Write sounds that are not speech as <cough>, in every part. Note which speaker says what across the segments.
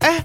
Speaker 1: 哎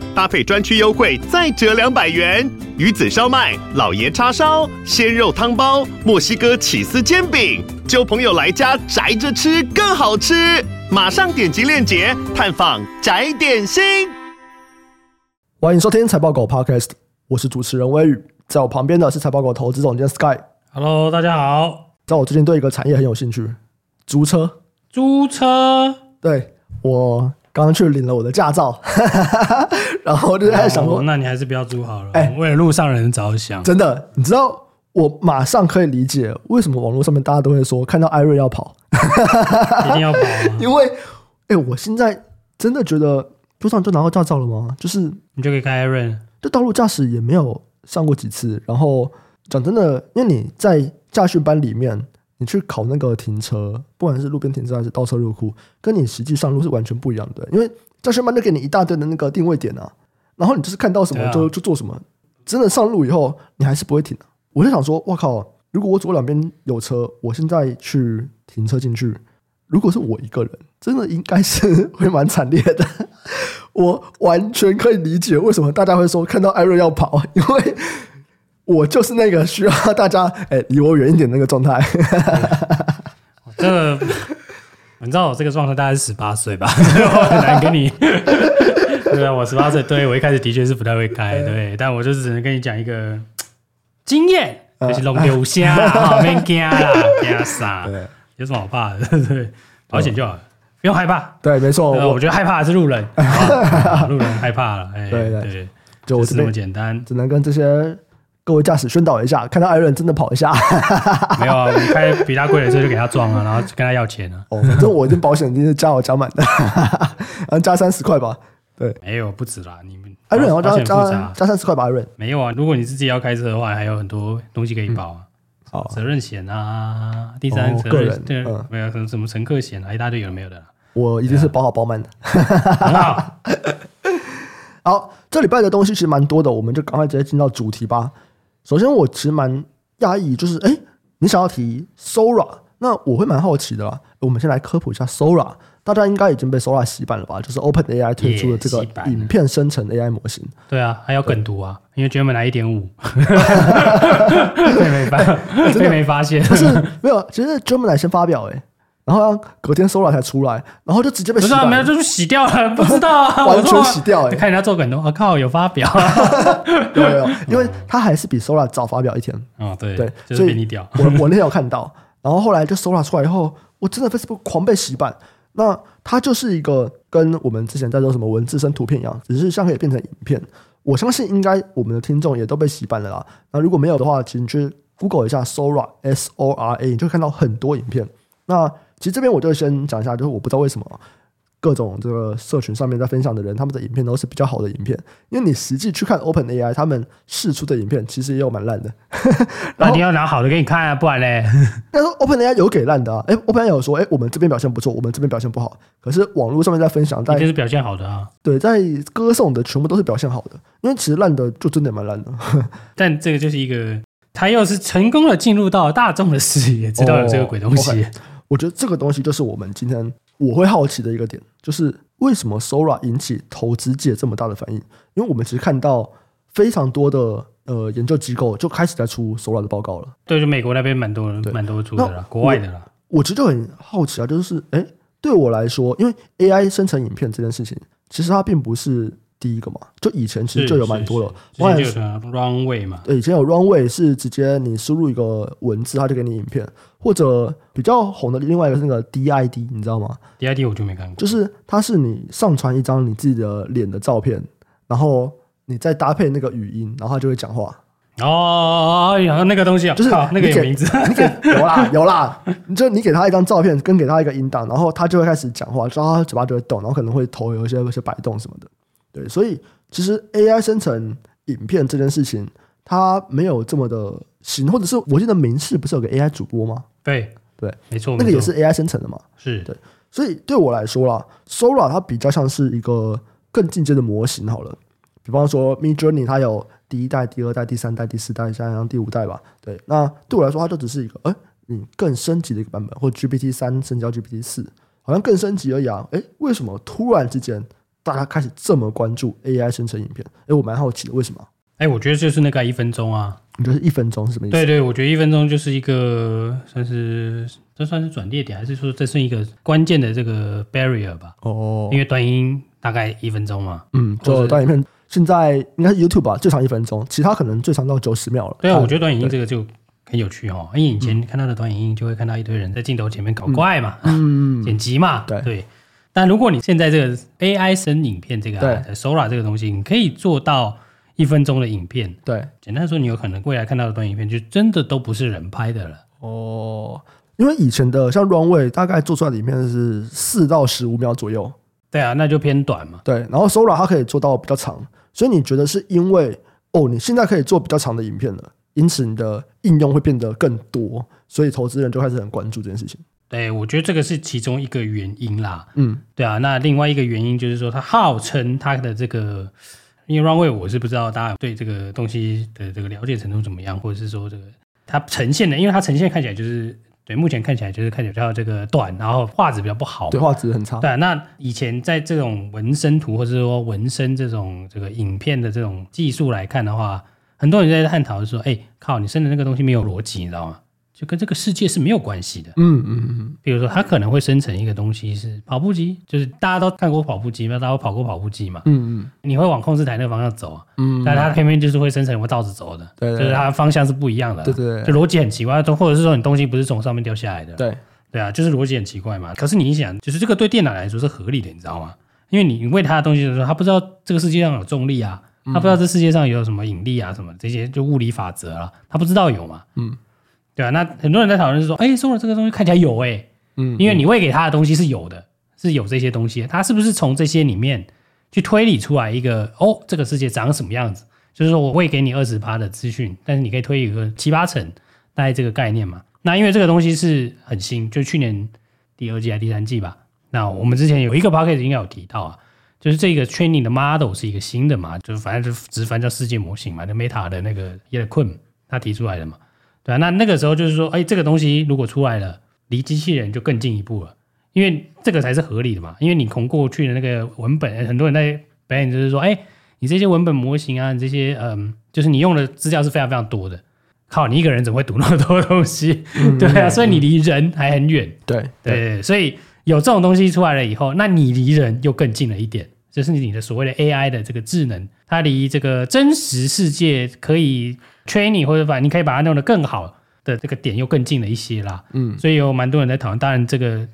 Speaker 1: 搭配专区优惠再折两百元。鱼子烧麦、老爷叉烧、鲜肉汤包、墨西哥起司煎饼，就朋友来家宅着吃更好吃。马上点击链接探访宅点心。
Speaker 2: 欢迎收听财报狗 Podcast，我是主持人威宇，在我旁边的是财报狗投资总监 Sky。
Speaker 3: Hello，大家好，
Speaker 2: 在我最近对一个产业很有兴趣，租车。
Speaker 3: 租车
Speaker 2: 对我刚刚去领了我的驾照， <laughs> 然后就在想
Speaker 3: 哦
Speaker 2: 说，
Speaker 3: 那你还是不要租好了，
Speaker 2: 哎
Speaker 3: 为了路上人着想。
Speaker 2: 真的，你知道我马上可以理解为什么网络上面大家都会说看到艾瑞要跑，
Speaker 3: 一定要跑、啊，
Speaker 2: 因为哎，我现在真的觉得路上就拿到驾照了吗？就是
Speaker 3: 你就可以开 Aaron。
Speaker 2: 对道路驾驶也没有上过几次。然后讲真的，因为你在驾训班里面，你去考那个停车，不管是路边停车还是倒车入库，跟你实际上路是完全不一样的。因为驾训班就给你一大堆的那个定位点啊，然后你就是看到什么
Speaker 3: 对啊
Speaker 2: 就、就做什么。真的上路以后，你还是不会停、啊。我就想说，我靠，如果我左两边有车，我现在去停车进去，如果是我一个人，真的应该是 <laughs> 会蛮惨烈的。我完全可以理解为什么大家会说看到艾瑞要跑， <laughs> 因为我就是那个需要大家哎离我远一点那个状态。
Speaker 3: 哦这个你知道我这个状态大概是十八岁吧， <laughs> 所以我很难跟你。对啊，我十八岁，对我一开始的确是不太会
Speaker 2: 嗯
Speaker 3: 开，对，但我就只能跟你讲一个经验，
Speaker 2: 嗯
Speaker 3: 就是龙流
Speaker 2: <laughs>
Speaker 3: 虾啦，没惊啦，惊傻，有什么好怕的？ <laughs> 对，保险就好了，不用害怕。
Speaker 2: 对，没错，
Speaker 3: 呃，
Speaker 2: 哦我
Speaker 3: 我觉得害怕的是
Speaker 2: <laughs>
Speaker 3: 路人，啊路人害怕了，哎，
Speaker 2: 对对
Speaker 3: 对，
Speaker 2: 就我这
Speaker 3: 是这么
Speaker 2: 边 <laughs>
Speaker 3: 简单。
Speaker 2: 只能跟这些各位驾驶宣导一下，看到艾瑞真的跑一下。
Speaker 3: 没有啊，我们开比他贵的车就给他撞啊，然后跟他要钱啊。
Speaker 2: 哦，反正我已经保险已经是加我加满的， <laughs> 然后加三十块吧。对，
Speaker 3: 没有，不止啦，你们
Speaker 2: 艾瑞，然后
Speaker 3: 哦保
Speaker 2: 加
Speaker 3: 险复
Speaker 2: 加
Speaker 3: 杂。
Speaker 2: 加三十块吧，艾瑞。
Speaker 3: 没有啊，如果你是自己要开车的话，还有很多东西可以保啊，
Speaker 2: 好，
Speaker 3: 责任险啊，第三
Speaker 2: 哦
Speaker 3: 责
Speaker 2: 个
Speaker 3: 任
Speaker 2: 人
Speaker 3: 对
Speaker 2: 嗯
Speaker 3: 没有什么什么乘客险啊，一大堆有的没
Speaker 2: <laughs>
Speaker 3: 有的啦，
Speaker 2: 我一定是保好保满的。
Speaker 3: 很好，
Speaker 2: 好，这礼拜的东西其实蛮多的，我们就赶快直接进到主题吧。首先，我其实蛮讶异，就是哎，诶你想要提 Sora，那我会蛮好奇的啦。我们先来科普一下 Sora，大家应该已经被 Sora 洗版了吧？就是 Open AI 推出的这个
Speaker 3: 也洗版了
Speaker 2: 影片生成 AI 模
Speaker 3: <laughs>
Speaker 2: 型。
Speaker 3: 对啊，还有梗图啊，因为 g e r m a 一点五，
Speaker 2: <laughs>
Speaker 3: 被没发被没发现，
Speaker 2: 可是没有，其实 Gemini 先发表哎、诶然后隔天 Sora 才出来，然后就直接被
Speaker 3: 不
Speaker 2: 洗
Speaker 3: 是啊，
Speaker 2: 版
Speaker 3: 没有
Speaker 2: 了。
Speaker 3: 就是洗
Speaker 2: <laughs>
Speaker 3: 掉了，不知道啊，
Speaker 2: 完
Speaker 3: 我说啊
Speaker 2: 全洗掉欸
Speaker 3: 看人家做梗图，我靠，有发
Speaker 2: <laughs>
Speaker 3: 表啊，
Speaker 2: 有有有，因为它还是比 Sora 早发表一天。
Speaker 3: 哦对
Speaker 2: 对，
Speaker 3: 就是
Speaker 2: 所以
Speaker 3: 被你屌，
Speaker 2: 我我那天有看到，然后后来就搜了出来以后，我真的 Facebook 狂被洗版。那它就是一个跟我们之前在做什么文字生图片一样，只是像可以变成影片。我相信应该我们的听众也都被洗版了啦。那如果没有的话，请你去 Google 一下 Sora S O R A，你就会看到很多影片。那其实这边我就先讲一下，就是我不知道为什么各种这个社群上面在分享的人，他们的影片都是比较好的影片，因为你实际去看 Open AI 他们试出的影片，其实也有蛮烂的。
Speaker 3: 那你要拿好的给你看啊，不然
Speaker 2: <laughs>
Speaker 3: 嘞，
Speaker 2: 但是 OpenAI 有给烂的啊，哎、o p e n a i 有说，哎、我们这边表现不错，我们这边表现不好。可是网络上面在分享，
Speaker 3: 你就
Speaker 2: 在
Speaker 3: 是表现好的啊。
Speaker 2: 对在歌颂的全部都是表现好的，因为其实烂的就真的蛮烂的。 <laughs>
Speaker 3: 但这个就是一个，他又是成功的进入到大众的视野，知道有这个鬼东西。
Speaker 2: 哦，OK 我觉得这个东西就是我们今天我会好奇的一个点，就是为什么 Sora 引起投资界这么大的反应？因为我们其实看到非常多的呃研究机构就开始在出 Sora 的报告了。
Speaker 3: 对，就美国那边蛮多人
Speaker 2: 对，
Speaker 3: 蛮多出的
Speaker 2: 那
Speaker 3: 啦，国外的啦。
Speaker 2: 我其实就很好奇啊，就是诶，对我来说，因为 AI 生成影片这件事情，其实它并不是第一个嘛，就以前其实
Speaker 3: 是
Speaker 2: 就有蛮多了，
Speaker 3: 之
Speaker 2: 包
Speaker 3: 前
Speaker 2: 含
Speaker 3: 就有什么 runway 嘛，
Speaker 2: 对以前有 Runway 是直接你输入一个文字，它就给你影片，或者比较红的另外一个是那个 DID，你知道吗？
Speaker 3: ，DID 我就没看过。
Speaker 2: 就是它是你上传一张你自己的脸的照片，然后你再搭配那个语音，然后它就会讲话。
Speaker 3: 哦哦，哦哦哦那个东西啊，
Speaker 2: 就是
Speaker 3: 靠那个
Speaker 2: 你给
Speaker 3: 有名
Speaker 2: <laughs>
Speaker 3: 字，
Speaker 2: 你给有啦有啦，你就你给他一张照片，跟给他一个音档，然后他就会开始讲话，然后他嘴巴就会动，然后可能会头有一些有一些摆动什么的。对，所以其实 AI 生成影片这件事情，它没有这么的行，或者是我记得明视不是有个 AI 主播吗？
Speaker 3: 对，
Speaker 2: 对，
Speaker 3: 没错，
Speaker 2: 那个也
Speaker 3: 没错
Speaker 2: 是 AI 生成的嘛。
Speaker 3: 是
Speaker 2: 对所以对我来说啦，Sora 它比较像是一个更进阶的模型好了。比方说 Mid Journey 它有第一代、第二代、第三代、第四代，现在好像第五代吧。对，那对我来说，它就只是一个，哎、你更升级的一个版本，或 GPT 三升级到 GPT 四，好像更升级而已啊。哎、为什么突然之间大家开始这么关注 AI 生成影片？哎、我蛮好奇的，为什么？
Speaker 3: 哎、我觉得就是那个一分钟啊，
Speaker 2: 你觉得一分钟是什么意思？
Speaker 3: 对对，我觉得一分钟就是一个算是这算是转捩点，还是说这是一个关键的这个 barrier 吧？
Speaker 2: 哦
Speaker 3: 因为短音大概一分钟嘛。
Speaker 2: 嗯，
Speaker 3: 或
Speaker 2: 就是短影片现在应该是 YouTube 吧，最长一分钟，其他可能最长到九十秒了。
Speaker 3: 对啊，
Speaker 2: 看
Speaker 3: 我觉得短影音这个就很有趣哦，因为以前看到的短影音就会看到一堆人在镜头前面搞怪嘛，
Speaker 2: 嗯，
Speaker 3: <laughs> 剪辑嘛，
Speaker 2: 对
Speaker 3: 但如果你现在这个 AI 生影片这个、啊、
Speaker 2: 对
Speaker 3: Sora 这个东西，你可以做到一分钟的影片，
Speaker 2: 对，
Speaker 3: 简单说，你有可能未来看到的短影片就真的都不是人拍的了。
Speaker 2: 哦，因为以前的像 Runway 大概做出来的影片是四到十五秒左右，
Speaker 3: 对啊，那就偏短嘛。
Speaker 2: 对，然后 Sora 它可以做到比较长，所以你觉得是因为哦，你现在可以做比较长的影片了，因此你的应用会变得更多，所以投资人就开始很关注这件事情。
Speaker 3: 对，我觉得这个是其中一个原因啦。
Speaker 2: 嗯，
Speaker 3: 对啊，那另外一个原因就是说，它号称它的这个，因为 Runway 我是不知道大家对这个东西的这个了解程度怎么样，或者是说这个它呈现的，因为它呈现看起来就是对，目前看起来就是看起来比较这个短，然后画质比较不好嘛。
Speaker 2: 对话质很差。
Speaker 3: 对啊，那以前在这种纹身图或者说纹身这种这个影片的这种技术来看的话，很多人在探讨说，哎、靠，你生的那个东西没有逻辑，你知道吗？就跟这个世界是没有关系的。
Speaker 2: 嗯嗯嗯，
Speaker 3: 比如说，它可能会生成一个东西是跑步机，就是大家都看过跑步机嘛，大家都跑过跑步机嘛，
Speaker 2: 嗯嗯
Speaker 3: 你会往控制台那个方向走啊，
Speaker 2: 嗯，
Speaker 3: 但它偏偏就是会生成我倒着走的，
Speaker 2: 对对对
Speaker 3: 就是它的方向是不一样的啊，
Speaker 2: 对对对
Speaker 3: 就逻辑很奇怪，或者是说你东西不是从上面掉下来的，
Speaker 2: 对，
Speaker 3: 对啊，就是逻辑很奇怪嘛。可是你想，就是这个对电脑来说是合理的，你知道吗？因为你你喂它的东西的时候，它不知道这个世界上有重力啊，
Speaker 2: 嗯
Speaker 3: 它不知道这世界上有什么引力啊，什么这些就物理法则啊，它不知道有嘛。
Speaker 2: 嗯，
Speaker 3: 对啊。那很多人在讨论是说，哎、说了这个东西看起来有哎、
Speaker 2: 嗯，
Speaker 3: 因为你喂给它的东西是有的，是有这些东西的，它是不是从这些里面去推理出来一个哦，这个世界长什么样子？就是说我喂给你二十趴的资讯，但是你可以推理个七八成，大概这个概念嘛。那因为这个东西是很新，就去年第二季还是第三季吧。那我们之前有一个 p o c k e t 应该有提到啊，就是这个 training 的 model 是一个新的嘛，就是反正就直翻叫世界模型嘛，就 Meta 的那个 y e l q u n 他提出来的嘛，对啊，那那个时候就是说，哎，这个东西如果出来了，离机器人就更进一步了，因为这个才是合理的嘛，因为你从过去的那个文本，哎很多人在表演就是说，哎，你这些文本模型啊，你这些嗯，就是你用的资料是非常非常多的，靠，你一个人怎么会读那么多东西？ <laughs> 对啊，所以你离人还很远。
Speaker 2: 对
Speaker 3: 对，所以有这种东西出来了以后，那你离人又更近了一点，就是你的所谓的 AI 的这个智能，它离这个真实世界可以 training 或者把你可以把它弄得更好的这个点又更近了一些啦。
Speaker 2: 嗯，
Speaker 3: 所以有蛮多人在讨论，当然这个。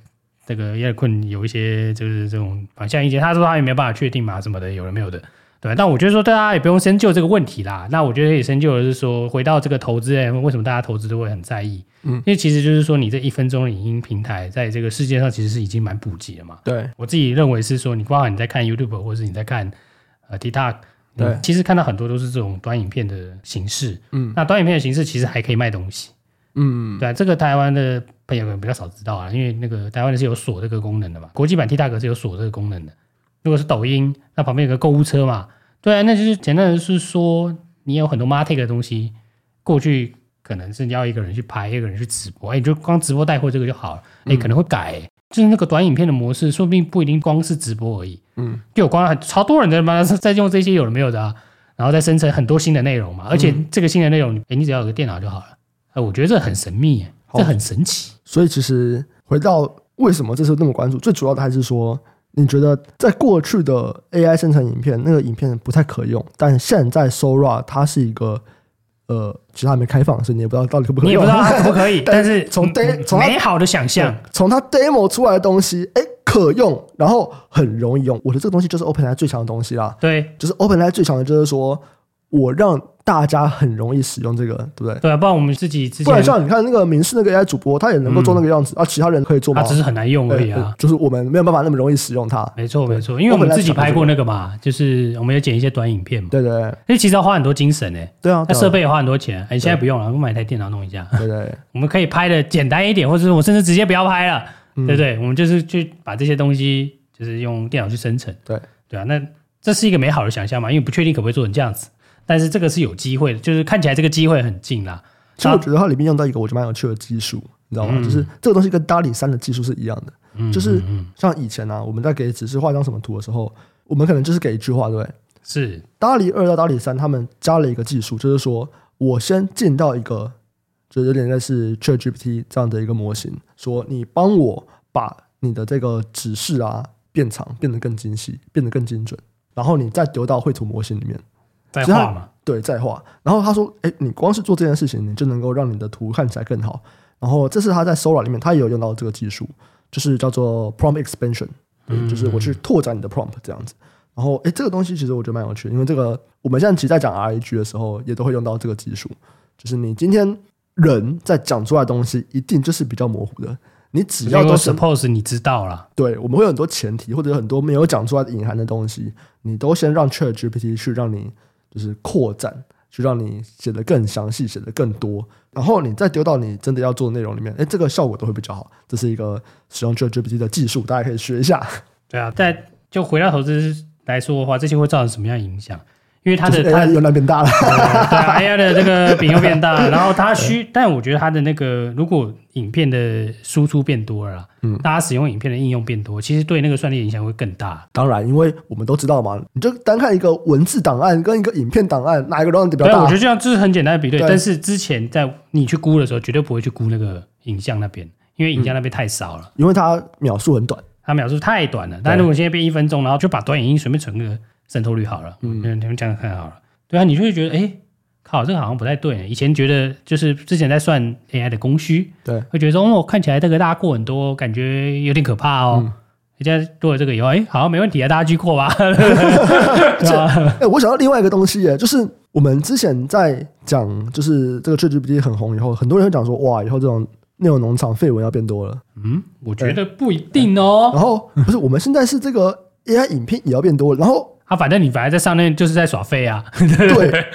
Speaker 3: 这个叶坤有一些就是这种反向意见，他说他也没办法确定嘛，什么的，有的没有的，对。但我觉得说大家也不用深究这个问题啦。那我觉得也深究的是说，回到这个投资人为什么大家投资都会很在意，因为其实就是说，你这一分钟的影音平台在这个世界上其实是已经蛮普及了嘛。
Speaker 2: 对
Speaker 3: 我自己认为是说，你包含你在看 YouTube 或者是你在看呃 TikTok，你
Speaker 2: 对
Speaker 3: 其实看到很多都是这种短影片的形式。
Speaker 2: 嗯，
Speaker 3: 那短影片的形式其实还可以卖东西。
Speaker 2: 嗯
Speaker 3: 对、啊，这个台湾的朋友们比较少知道啊，因为那个台湾的是有锁这个功能的嘛，国际版 TikTok 是有锁这个功能的。如果是抖音，那旁边有个购物车嘛，对啊，那就是简单的是说，你有很多 Martech 的东西，过去可能是要一个人去拍，一个人去直播，哎、你就光直播带货这个就好了，哎、可能会改、就是那个短影片的模式，说不定不一定光是直播而已，
Speaker 2: 嗯，
Speaker 3: 就有光超多人在嘛在用这些有的没有的、啊，然后再生成很多新的内容嘛，而且
Speaker 2: 嗯
Speaker 3: 这个新的内容，哎、你只要有个电脑就好了。哎，我觉得这很神秘耶，
Speaker 2: 好
Speaker 3: 这很神奇。
Speaker 2: 所以其实回到为什么这次那么关注，最主要的还是说，你觉得在过去的 AI 生成影片，那个影片不太可用，但现在 Sora 它是一个呃，其实它还没开放，所以你也不知道到底可不可
Speaker 3: 你也
Speaker 2: 用。
Speaker 3: 不知道啊它可
Speaker 2: <laughs>
Speaker 3: 不可以，但
Speaker 2: 但
Speaker 3: 是
Speaker 2: 从 day-
Speaker 3: 嗯
Speaker 2: 从它
Speaker 3: 美好的想象，
Speaker 2: 从它 demo 出来的东西，哎，可用，然后很容易用。我觉得这个东西就是 OpenAI 最强的东西啦，
Speaker 3: 对
Speaker 2: 就是 OpenAI 最强的就是说我让大家很容易使用这个，对不对？
Speaker 3: 对啊，不然我们自己之
Speaker 2: 不
Speaker 3: 前
Speaker 2: 然像你看那个民视那个 AI 主播，他也能够做那个样子、啊，其他人可以做吗
Speaker 3: 它？只是很难用而已
Speaker 2: 对
Speaker 3: 啊。
Speaker 2: 就是我们没有办法那么容易使用它。
Speaker 3: 没错没错，因为
Speaker 2: 我
Speaker 3: 我
Speaker 2: 本
Speaker 3: 们
Speaker 2: 来
Speaker 3: 自己
Speaker 2: 想到
Speaker 3: 拍
Speaker 2: 这
Speaker 3: 过
Speaker 2: 个
Speaker 3: 那个嘛，就是我们也剪一些短影片嘛，
Speaker 2: 对对对
Speaker 3: 因为其实要花很多精神诶、
Speaker 2: 对啊，
Speaker 3: 那
Speaker 2: 对啊
Speaker 3: 设备也花很多钱，哎、现在不用了，我买台电脑弄一下。
Speaker 2: 对对
Speaker 3: <laughs>
Speaker 2: 对
Speaker 3: 我们可以拍的简单一点，或者是我甚至直接不要拍了，
Speaker 2: 嗯
Speaker 3: 对不对？我们就是去把这些东西，就是用电脑去生成，
Speaker 2: 对
Speaker 3: 对啊，那这是一个美好的想象嘛，因为不确定可不可以做成这样子，但是这个是有机会的，就是看起来这个机会很近啦。
Speaker 2: 其实我觉得它里面用到一个我觉得蛮有趣的技术，你知道吗？
Speaker 3: 嗯
Speaker 2: 就是这个东西跟搭理三的技术是一样的，嗯就是
Speaker 3: 嗯
Speaker 2: 像以前啊，我们在给只是画一张什么图的时候，我们可能就是给一句话，对不对？
Speaker 3: 是，
Speaker 2: 搭理二到搭理三，他们加了一个技术，就是说我先进到一个，就有点类似 ChatGPT 这样的一个模型，说你帮我把你的这个指示啊变长，变得更精细，变得更精准，然后你再丢到绘图模型里面，
Speaker 3: 在
Speaker 2: 其实它
Speaker 3: 画嘛，
Speaker 2: 对，再画。然后他说，哎，你光是做这件事情，你就能够让你的图看起来更好。然后这是他在 Sora 里面，他也有用到这个技术，就是叫做 prompt expansion，对，就是我去拓展你的 prompt 这样子。然后，哎，这个东西其实我觉得蛮有趣的，因为这个我们现在其实在讲 RAG 的时候，也都会用到这个技术，就是你今天人在讲出来的东西，一定就是比较模糊的。你只要
Speaker 3: 如
Speaker 2: 都
Speaker 3: 果
Speaker 2: 是
Speaker 3: suppose 你知道啦，
Speaker 2: 对，我们会有很多前提，或者有很多没有讲出来的隐含的东西，你都先让 Chat GPT 去让你就是扩展，去让你写得更详细，写得更多，然后你再丢到你真的要做的内容里面，哎，这个效果都会比较好。这是一个使用 Chat GPT 的技术，大家可以学一下。
Speaker 3: 对啊，但就回到投资来说的话，这些会造成什么样的影响？因为
Speaker 2: <laughs>
Speaker 3: 它的
Speaker 2: 就是呃
Speaker 3: 它
Speaker 2: AI 用量变大了，
Speaker 3: 对啊，AI 的这个饼又
Speaker 2: <laughs>
Speaker 3: 变大，然后它需，但我觉得它的那个如果影片的输出变多了啦，
Speaker 2: 嗯
Speaker 3: 大家使用影片的应用变多，其实对那个算力影响会更大。
Speaker 2: 当然，因为我们都知道嘛，你就单看一个文字档案跟一个影片档案，哪一个容量比较
Speaker 3: 对啊，我
Speaker 2: 大
Speaker 3: 觉？得这样就是很简单的比对，
Speaker 2: 对
Speaker 3: 但是之前在你去估的时候，绝对不会去估那个影像那边，因为
Speaker 2: 嗯
Speaker 3: 影像那边太少了，
Speaker 2: 因为它秒数很短，
Speaker 3: 它秒数太短了。但如果现在变一分钟，然后就把短影音随便存个渗透率好了，嗯，你们这样看好了。对啊，你就会觉得，哎，靠，这个好像不太对。以前觉得就是之前在算 AI 的供需，
Speaker 2: 对，
Speaker 3: 会觉得说，哦，看起来这个大家过很多，感觉有点可怕
Speaker 2: 嗯
Speaker 3: 哦。人家做了这个以后，哎，好像没问题啊，大家去过
Speaker 2: <laughs>
Speaker 3: 吧。啊对吧
Speaker 2: 哎、我想到另外一个东西耶，就是我们之前在讲，就是这个 ChatGPT 很红以后，很多人会讲说，哇，以后这种内容农场绯闻要变多了。
Speaker 3: 嗯，我觉得不一定哦。
Speaker 2: 然后不是，我们现在是这个 AI 影片也要变多了。然
Speaker 3: <laughs>
Speaker 2: 后
Speaker 3: 啊，反正你本来在上面就是在耍废啊。
Speaker 2: 对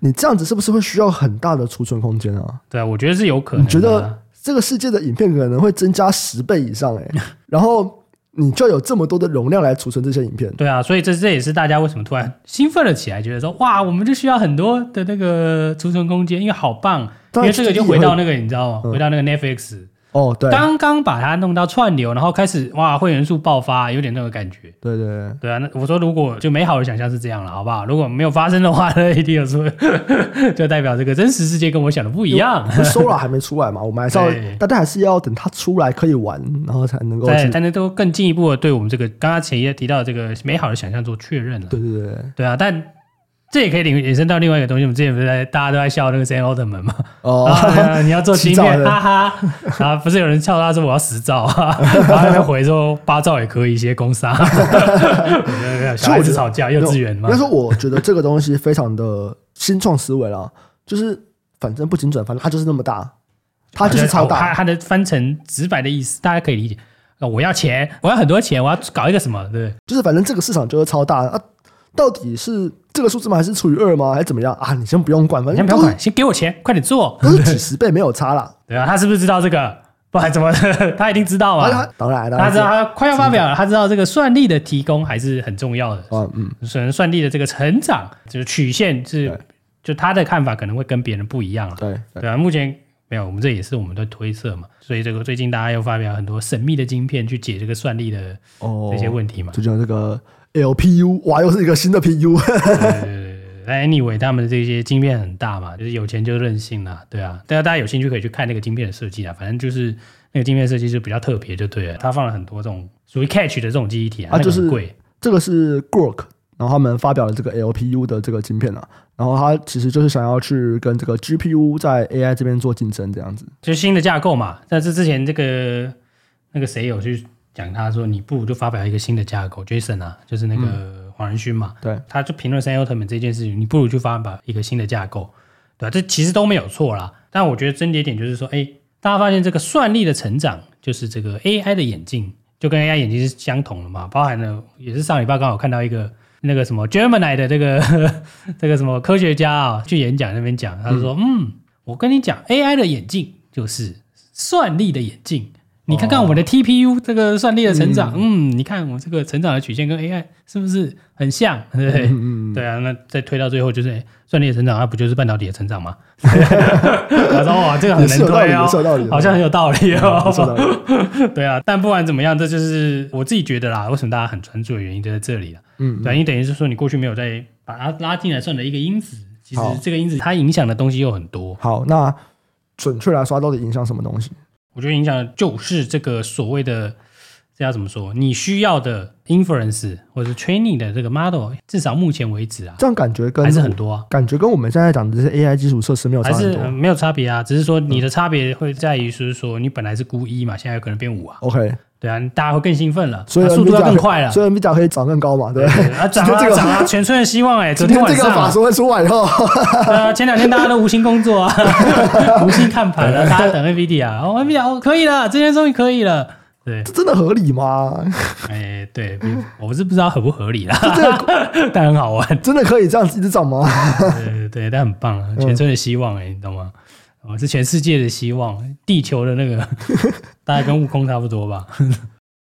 Speaker 2: 你这样子是不是会需要很大的储存空间啊？
Speaker 3: 对啊，我觉得是有可能
Speaker 2: 你
Speaker 3: 的
Speaker 2: 觉
Speaker 3: 啊。
Speaker 2: 得这个世界的影片可能会增加十倍以上
Speaker 3: <laughs>
Speaker 2: 哎，然后你就有这么多的容量来储存这些影片。
Speaker 3: 对啊，所以这这也是大家为什么突然 <laughs> 兴奋了起来，觉得说哇，我们就需要很多的那个储存空间，因为好棒。啊因
Speaker 2: 当然
Speaker 3: 为这个就回
Speaker 2: 也
Speaker 3: 到
Speaker 2: 会
Speaker 3: 那个你知道吗？回到那个 Netflix，
Speaker 2: 哦，对，
Speaker 3: 刚刚把它弄到串流，然后开始哇，会员数爆发，有点那个感觉。
Speaker 2: 对对对。
Speaker 3: 对啊，那我说如果就美好的想象是这样了，好不好？如果没有发生的话，那一定有说， <laughs> 就代表这个真实世界跟我想的不一样。
Speaker 2: 不是 Sora 还没出来嘛，我们还是
Speaker 3: <laughs> 对
Speaker 2: 要，大家还是要等它出来可以玩，然后才能够
Speaker 3: <laughs> 对，
Speaker 2: 去。
Speaker 3: 但是都更进一步的对我们这个刚刚前一页提到的这个美好的想象做确认了。
Speaker 2: 对对对，对
Speaker 3: 对啊，但这也可以领衍生到另外一个东西。我们之前不是在大家都在笑那个 Sam Altman 吗？ <laughs>
Speaker 2: 哦，
Speaker 3: 啊，你要做
Speaker 2: <laughs>
Speaker 3: 芯
Speaker 2: 洗澡
Speaker 3: 片，
Speaker 2: 的
Speaker 3: 哈哈。然后不是有人笑他说我要十兆啊，然后他们回说八兆也可以，一些公 <laughs> 杀。小孩子吵架，幼稚园嘛
Speaker 2: 应该。说，我觉得这个东西非常的新创思维啦，就是反正不精准，反正它就是那么大，它就是超
Speaker 3: 它
Speaker 2: 大。
Speaker 3: 它哦的翻成直白的意思，大家可以理解。呃我要钱，我要很多钱，我要搞一个什么，对不对？
Speaker 2: 就是反正这个市场就是超大啊。到底是这个数字吗？还是除以二吗？还是怎么样啊？你先不用管，反
Speaker 3: 你
Speaker 2: 正
Speaker 3: 先不要
Speaker 2: 都是
Speaker 3: 管，先给我钱，快点做，
Speaker 2: 都是
Speaker 3: <laughs>
Speaker 2: 几十倍没有差啦。
Speaker 3: 对啊，他是不是知道这个？不然怎么？ <laughs> 他一定知道
Speaker 2: 啊，
Speaker 3: 嘛
Speaker 2: 它。当然当
Speaker 3: 他
Speaker 2: 然
Speaker 3: 知道他快要发表了，他知道这个算力的提供还是很重要的。
Speaker 2: 啊，嗯，
Speaker 3: 可能算力的这个成长，就是曲线是
Speaker 2: 对，
Speaker 3: 就他的看法可能会跟别人不一样了。
Speaker 2: 对对
Speaker 3: 对啊，目前没有，我们这也是我们的推测嘛。所以这个最近大家又发表很多神秘的晶片去解这个算力的
Speaker 2: 哦
Speaker 3: 这些问题嘛。
Speaker 2: 最近有这个 LPU，哇，又是一个新的 PU，
Speaker 3: 但 anyway，他们的这些晶片很大嘛，就是有钱就任性啦，对啊。大家大家有兴趣可以去看那个晶片的设计啊，反正就是那个晶片设计就比较特别，就对了。它放了很多这种属于 catch 的这种记忆体啊，
Speaker 2: 啊
Speaker 3: 那个
Speaker 2: 就是
Speaker 3: 很贵。
Speaker 2: 这个是 Grok，然后他们发表了这个 LPU 的这个晶片啊，然后它其实就是想要去跟这个 GPU 在 AI 这边做竞争这样子。
Speaker 3: 就是新的架构嘛。但是之前这个那个谁有去讲，他说你不如就发表一个新的架构，Jason 啊，就是那个黄仁勋嘛，
Speaker 2: 对，
Speaker 3: 他就评论三优藤本这件事情，你不如去发表一个新的架构，对吧、这其实都没有错啦。但我觉得争节点就是说，哎，大家发现这个算力的成长，就是这个 AI 的眼镜，就跟 AI 眼镜是相同的嘛，包含了也是上礼拜刚好看到一个。那个什么 Gemini 的这个 <laughs> 这个什么科学家啊，去演讲那边讲，他就说，嗯，我跟你讲，AI 的眼镜就是算力的眼镜。你看看我们的 TPU 这个算力的成长，嗯你看我们这个成长的曲线跟 AI 是不是很像？ <laughs> 对不对？
Speaker 2: 嗯
Speaker 3: 对啊，那再推到最后就是、哎算力的成长，那不就是半导体的成长吗？ <laughs> 他说哇，这个很
Speaker 2: 也
Speaker 3: 难
Speaker 2: 是有道理，
Speaker 3: 推哦
Speaker 2: 也是，有道理，
Speaker 3: 好像很有道理
Speaker 2: 也是有道
Speaker 3: 哦。
Speaker 2: 理。
Speaker 3: <laughs> 对啊，但不管怎么样，这就是我自己觉得啦，为什么大家很专注的原因就在这里了。
Speaker 2: 嗯，
Speaker 3: 对啊，你等于是说你过去没有再把它拉进来算的一个因子，其实
Speaker 2: 好
Speaker 3: 这个因子它影响的东西又很多。
Speaker 2: 好，那准确来说，它到底影响什么东西？
Speaker 3: 我觉得影响的就是这个所谓的这要怎么说？你需要的 inference 或者是 training 的这个 model，至少目前为止啊，
Speaker 2: 这样感觉跟
Speaker 3: 还是很多啊，
Speaker 2: 感觉跟我们现在讲的这些 AI 基础设施没有差
Speaker 3: 还
Speaker 2: 很
Speaker 3: 是
Speaker 2: 多。
Speaker 3: 呃没有差别啊。只是说你的差别会在于，就是说你本来是估一嘛，现在有可能变五啊，
Speaker 2: OK，
Speaker 3: 对啊，大家会更兴奋了，
Speaker 2: 所以
Speaker 3: 啊
Speaker 2: NVIDIA
Speaker 3: 速度要更
Speaker 2: 可以
Speaker 3: 快了。
Speaker 2: 所以 NVIDIA 可以涨更高嘛，对不对？
Speaker 3: 对啊，涨
Speaker 2: 今
Speaker 3: 啊
Speaker 2: 天这个
Speaker 3: 涨啊，全村的希望哎、
Speaker 2: <laughs>
Speaker 3: 昨
Speaker 2: 今天
Speaker 3: 天晚
Speaker 2: 这个
Speaker 3: 上
Speaker 2: 法
Speaker 3: 啊、
Speaker 2: 说会出来以后，
Speaker 3: 对啊，前两天大家都无心工作
Speaker 2: <laughs>
Speaker 3: 啊，无心看盘了，大家等 NVIDIA，哦 NVIDIA 哦可以了，今天终于可以了，对，
Speaker 2: 这真的合理吗？
Speaker 3: <laughs> 哎，对，比我是不知道合不合理啦，
Speaker 2: 这个
Speaker 3: <laughs> 但很
Speaker 2: <laughs>
Speaker 3: 好玩，
Speaker 2: 真的可以这样子一直涨吗？
Speaker 3: 对对，但很棒
Speaker 2: 嗯
Speaker 3: 啊，全村的希望哎、你懂吗？哦，是全世界的希望，地球的
Speaker 2: <laughs>
Speaker 3: 那个大概跟悟空差不多吧，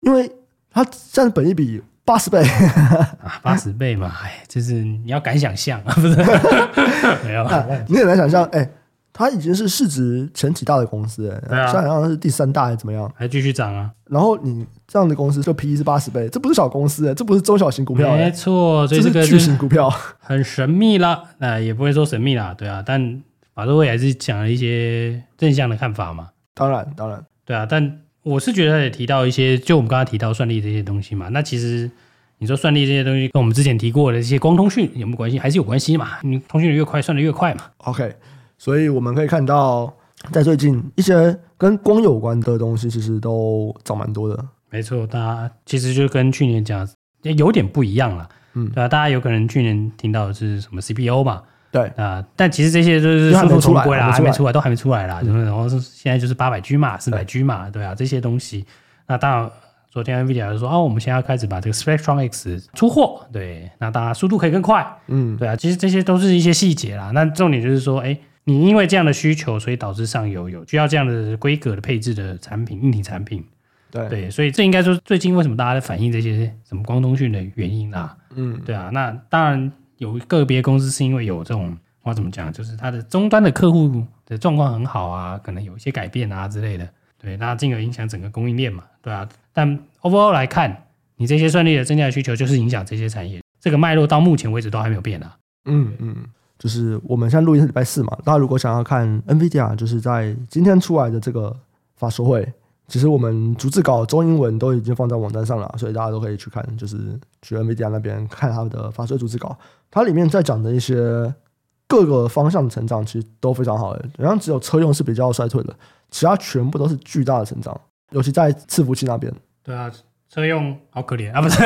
Speaker 2: 因为它占本一比八十倍，
Speaker 3: 啊，八十倍
Speaker 2: 嗯
Speaker 3: 嘛，哎，就是你要敢想象啊，不
Speaker 2: <laughs>
Speaker 3: <laughs> 是？没有，啊
Speaker 2: 你很难想象，哎、它已经是市值前几大的公司、哎
Speaker 3: 对啊
Speaker 2: 现在好像是第三大还是怎么样？
Speaker 3: 还继续涨啊，
Speaker 2: 然后你这样的公司就 PE 是八十倍，这不是小公司、哎这不是中小型股票、
Speaker 3: 没
Speaker 2: 哎
Speaker 3: 错，所
Speaker 2: 这
Speaker 3: 以这
Speaker 2: 是
Speaker 3: 个
Speaker 2: 巨
Speaker 3: 就
Speaker 2: 型股票。 <laughs>
Speaker 3: 很神秘啦，那、也不会说神秘啦，对啊，但法周会还是讲了一些正向的看法嘛，
Speaker 2: 当然，当然，
Speaker 3: 对啊，但我是觉得他也提到一些，就我们刚刚提到算力这些东西嘛，那其实你说算力这些东西跟我们之前提过的一些光通讯有没有关系？还是有关系嘛，你通讯的越快，算的越快嘛，
Speaker 2: OK，所以我们可以看到，在最近一些跟光有关的东西，其实都涨蛮多的。
Speaker 3: 没错，大家其实就跟去年讲也有点不一样了，
Speaker 2: 嗯
Speaker 3: 对啊，大家有可能去年听到的是什么 CPU 嘛，
Speaker 2: 对，
Speaker 3: 啊，但其实这些都是
Speaker 2: 都还
Speaker 3: 殊
Speaker 2: 没
Speaker 3: 途
Speaker 2: 出
Speaker 3: 同
Speaker 2: 来
Speaker 3: 归啦，
Speaker 2: 还
Speaker 3: 还
Speaker 2: 没出来嗯
Speaker 3: 没出来，都还没出来啦。就是然后是现在就是八百 G 嘛，四百 G 嘛，对啊，这些东西。那当然，昨天 NVIDIA 就说啊，我们现在要开始把这个 Spectrum X 出货，对，那大家速度可以更快，
Speaker 2: 嗯，
Speaker 3: 对啊，其实这些都是一些细节啦。那重点就是说，哎，你因为这样的需求，所以导致上游有需要这样的规格的配置的产品，硬体产品，
Speaker 2: 对，
Speaker 3: 对，所以这应该说最近为什么大家在反映这些什么光通讯的原因啦、
Speaker 2: 嗯，
Speaker 3: 对啊，那当然有个别公司是因为有这种，我要怎么讲，就是它的终端的客户的状况很好啊，可能有一些改变啊之类的，对，那进而影响整个供应链嘛，对啊。但 overall 来看，你这些算力的增加的需求就是影响这些产业，这个脉络到目前为止都还没有变啊。
Speaker 2: 嗯，嗯，就是我们现在录音是礼拜四嘛，大家如果想要看 NVIDIA，就是在今天出来的这个法说会，其实我们逐字稿中英文都已经放在网站上了，所以大家都可以去看，就是去 NVIDIA 那边看他们的法说逐字稿，它里面在讲的一些各个方向的成长，其实都非常好的，好像只有车用是比较衰退的，其他全部都是巨大的成长。尤其在伺服器那边，
Speaker 3: <laughs> 对啊，车用好可怜啊，不是？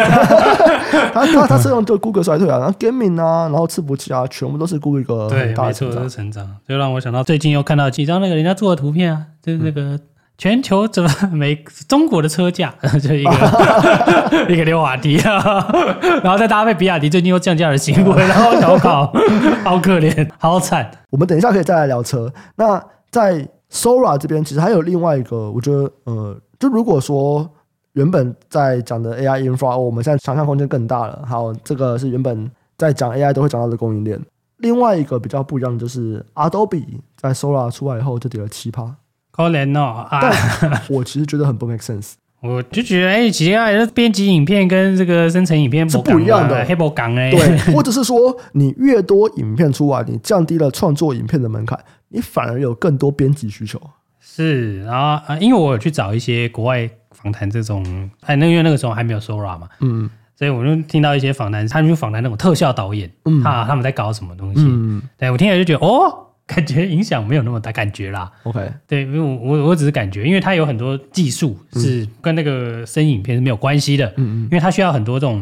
Speaker 2: 它它它是用就 Google 衰退啊，然后 gaming 啊，然后伺服器啊，全部都是 Google 一个
Speaker 3: 对
Speaker 2: 很，大
Speaker 3: 没
Speaker 2: 的成
Speaker 3: 错，这
Speaker 2: 长
Speaker 3: 是。成长，就让我想到最近又看到几张那个人家做的图片啊，就是那
Speaker 2: 嗯
Speaker 3: 个全球怎么美中国的车价， <laughs> 就一个 <laughs> 一个溜滑梯啊，然后再搭配比亚迪最近又降价的行为，然后我想考， <laughs> 好可怜，好惨，
Speaker 2: 我们等一下可以再来聊车。那在 Sora 这边，其实还有另外一个，我觉得，呃，就如果说原本在讲的 AI infra，、哦、我们现在想象空间更大了。好，这个是原本在讲 AI 都会讲到的供应链。另外一个比较不一样的就是 Adobe 在 Sora 出来以后就跌了七趴， <laughs>
Speaker 3: 可怜哦啊！
Speaker 2: 我其实觉得很不 make sense。
Speaker 3: 我就觉得，哎、其实啊，编辑影片跟这个生成影片
Speaker 2: 是不一样的
Speaker 3: 黑博港哎，
Speaker 2: 对，或者是说你越多影片出来，你降低了创作影片的门槛，你反而有更多编辑需求。
Speaker 3: <laughs> 是，然后啊、呃因为我有去找一些国外访谈这种，哎，那因为那个时候还没有 Sora 嘛，
Speaker 2: 嗯
Speaker 3: 所以我就听到一些访谈，他们去访谈那种特效导演，
Speaker 2: 嗯
Speaker 3: 啊，他们在搞什么东西？
Speaker 2: 嗯
Speaker 3: 对我听了就觉得，哦，感觉影响没有那么大感觉啦。
Speaker 2: ，OK，
Speaker 3: 对，因为我我我只是感觉，因为它有很多技术是跟那个声影片是没有关系的，
Speaker 2: 嗯嗯嗯
Speaker 3: 因为它需要很多这种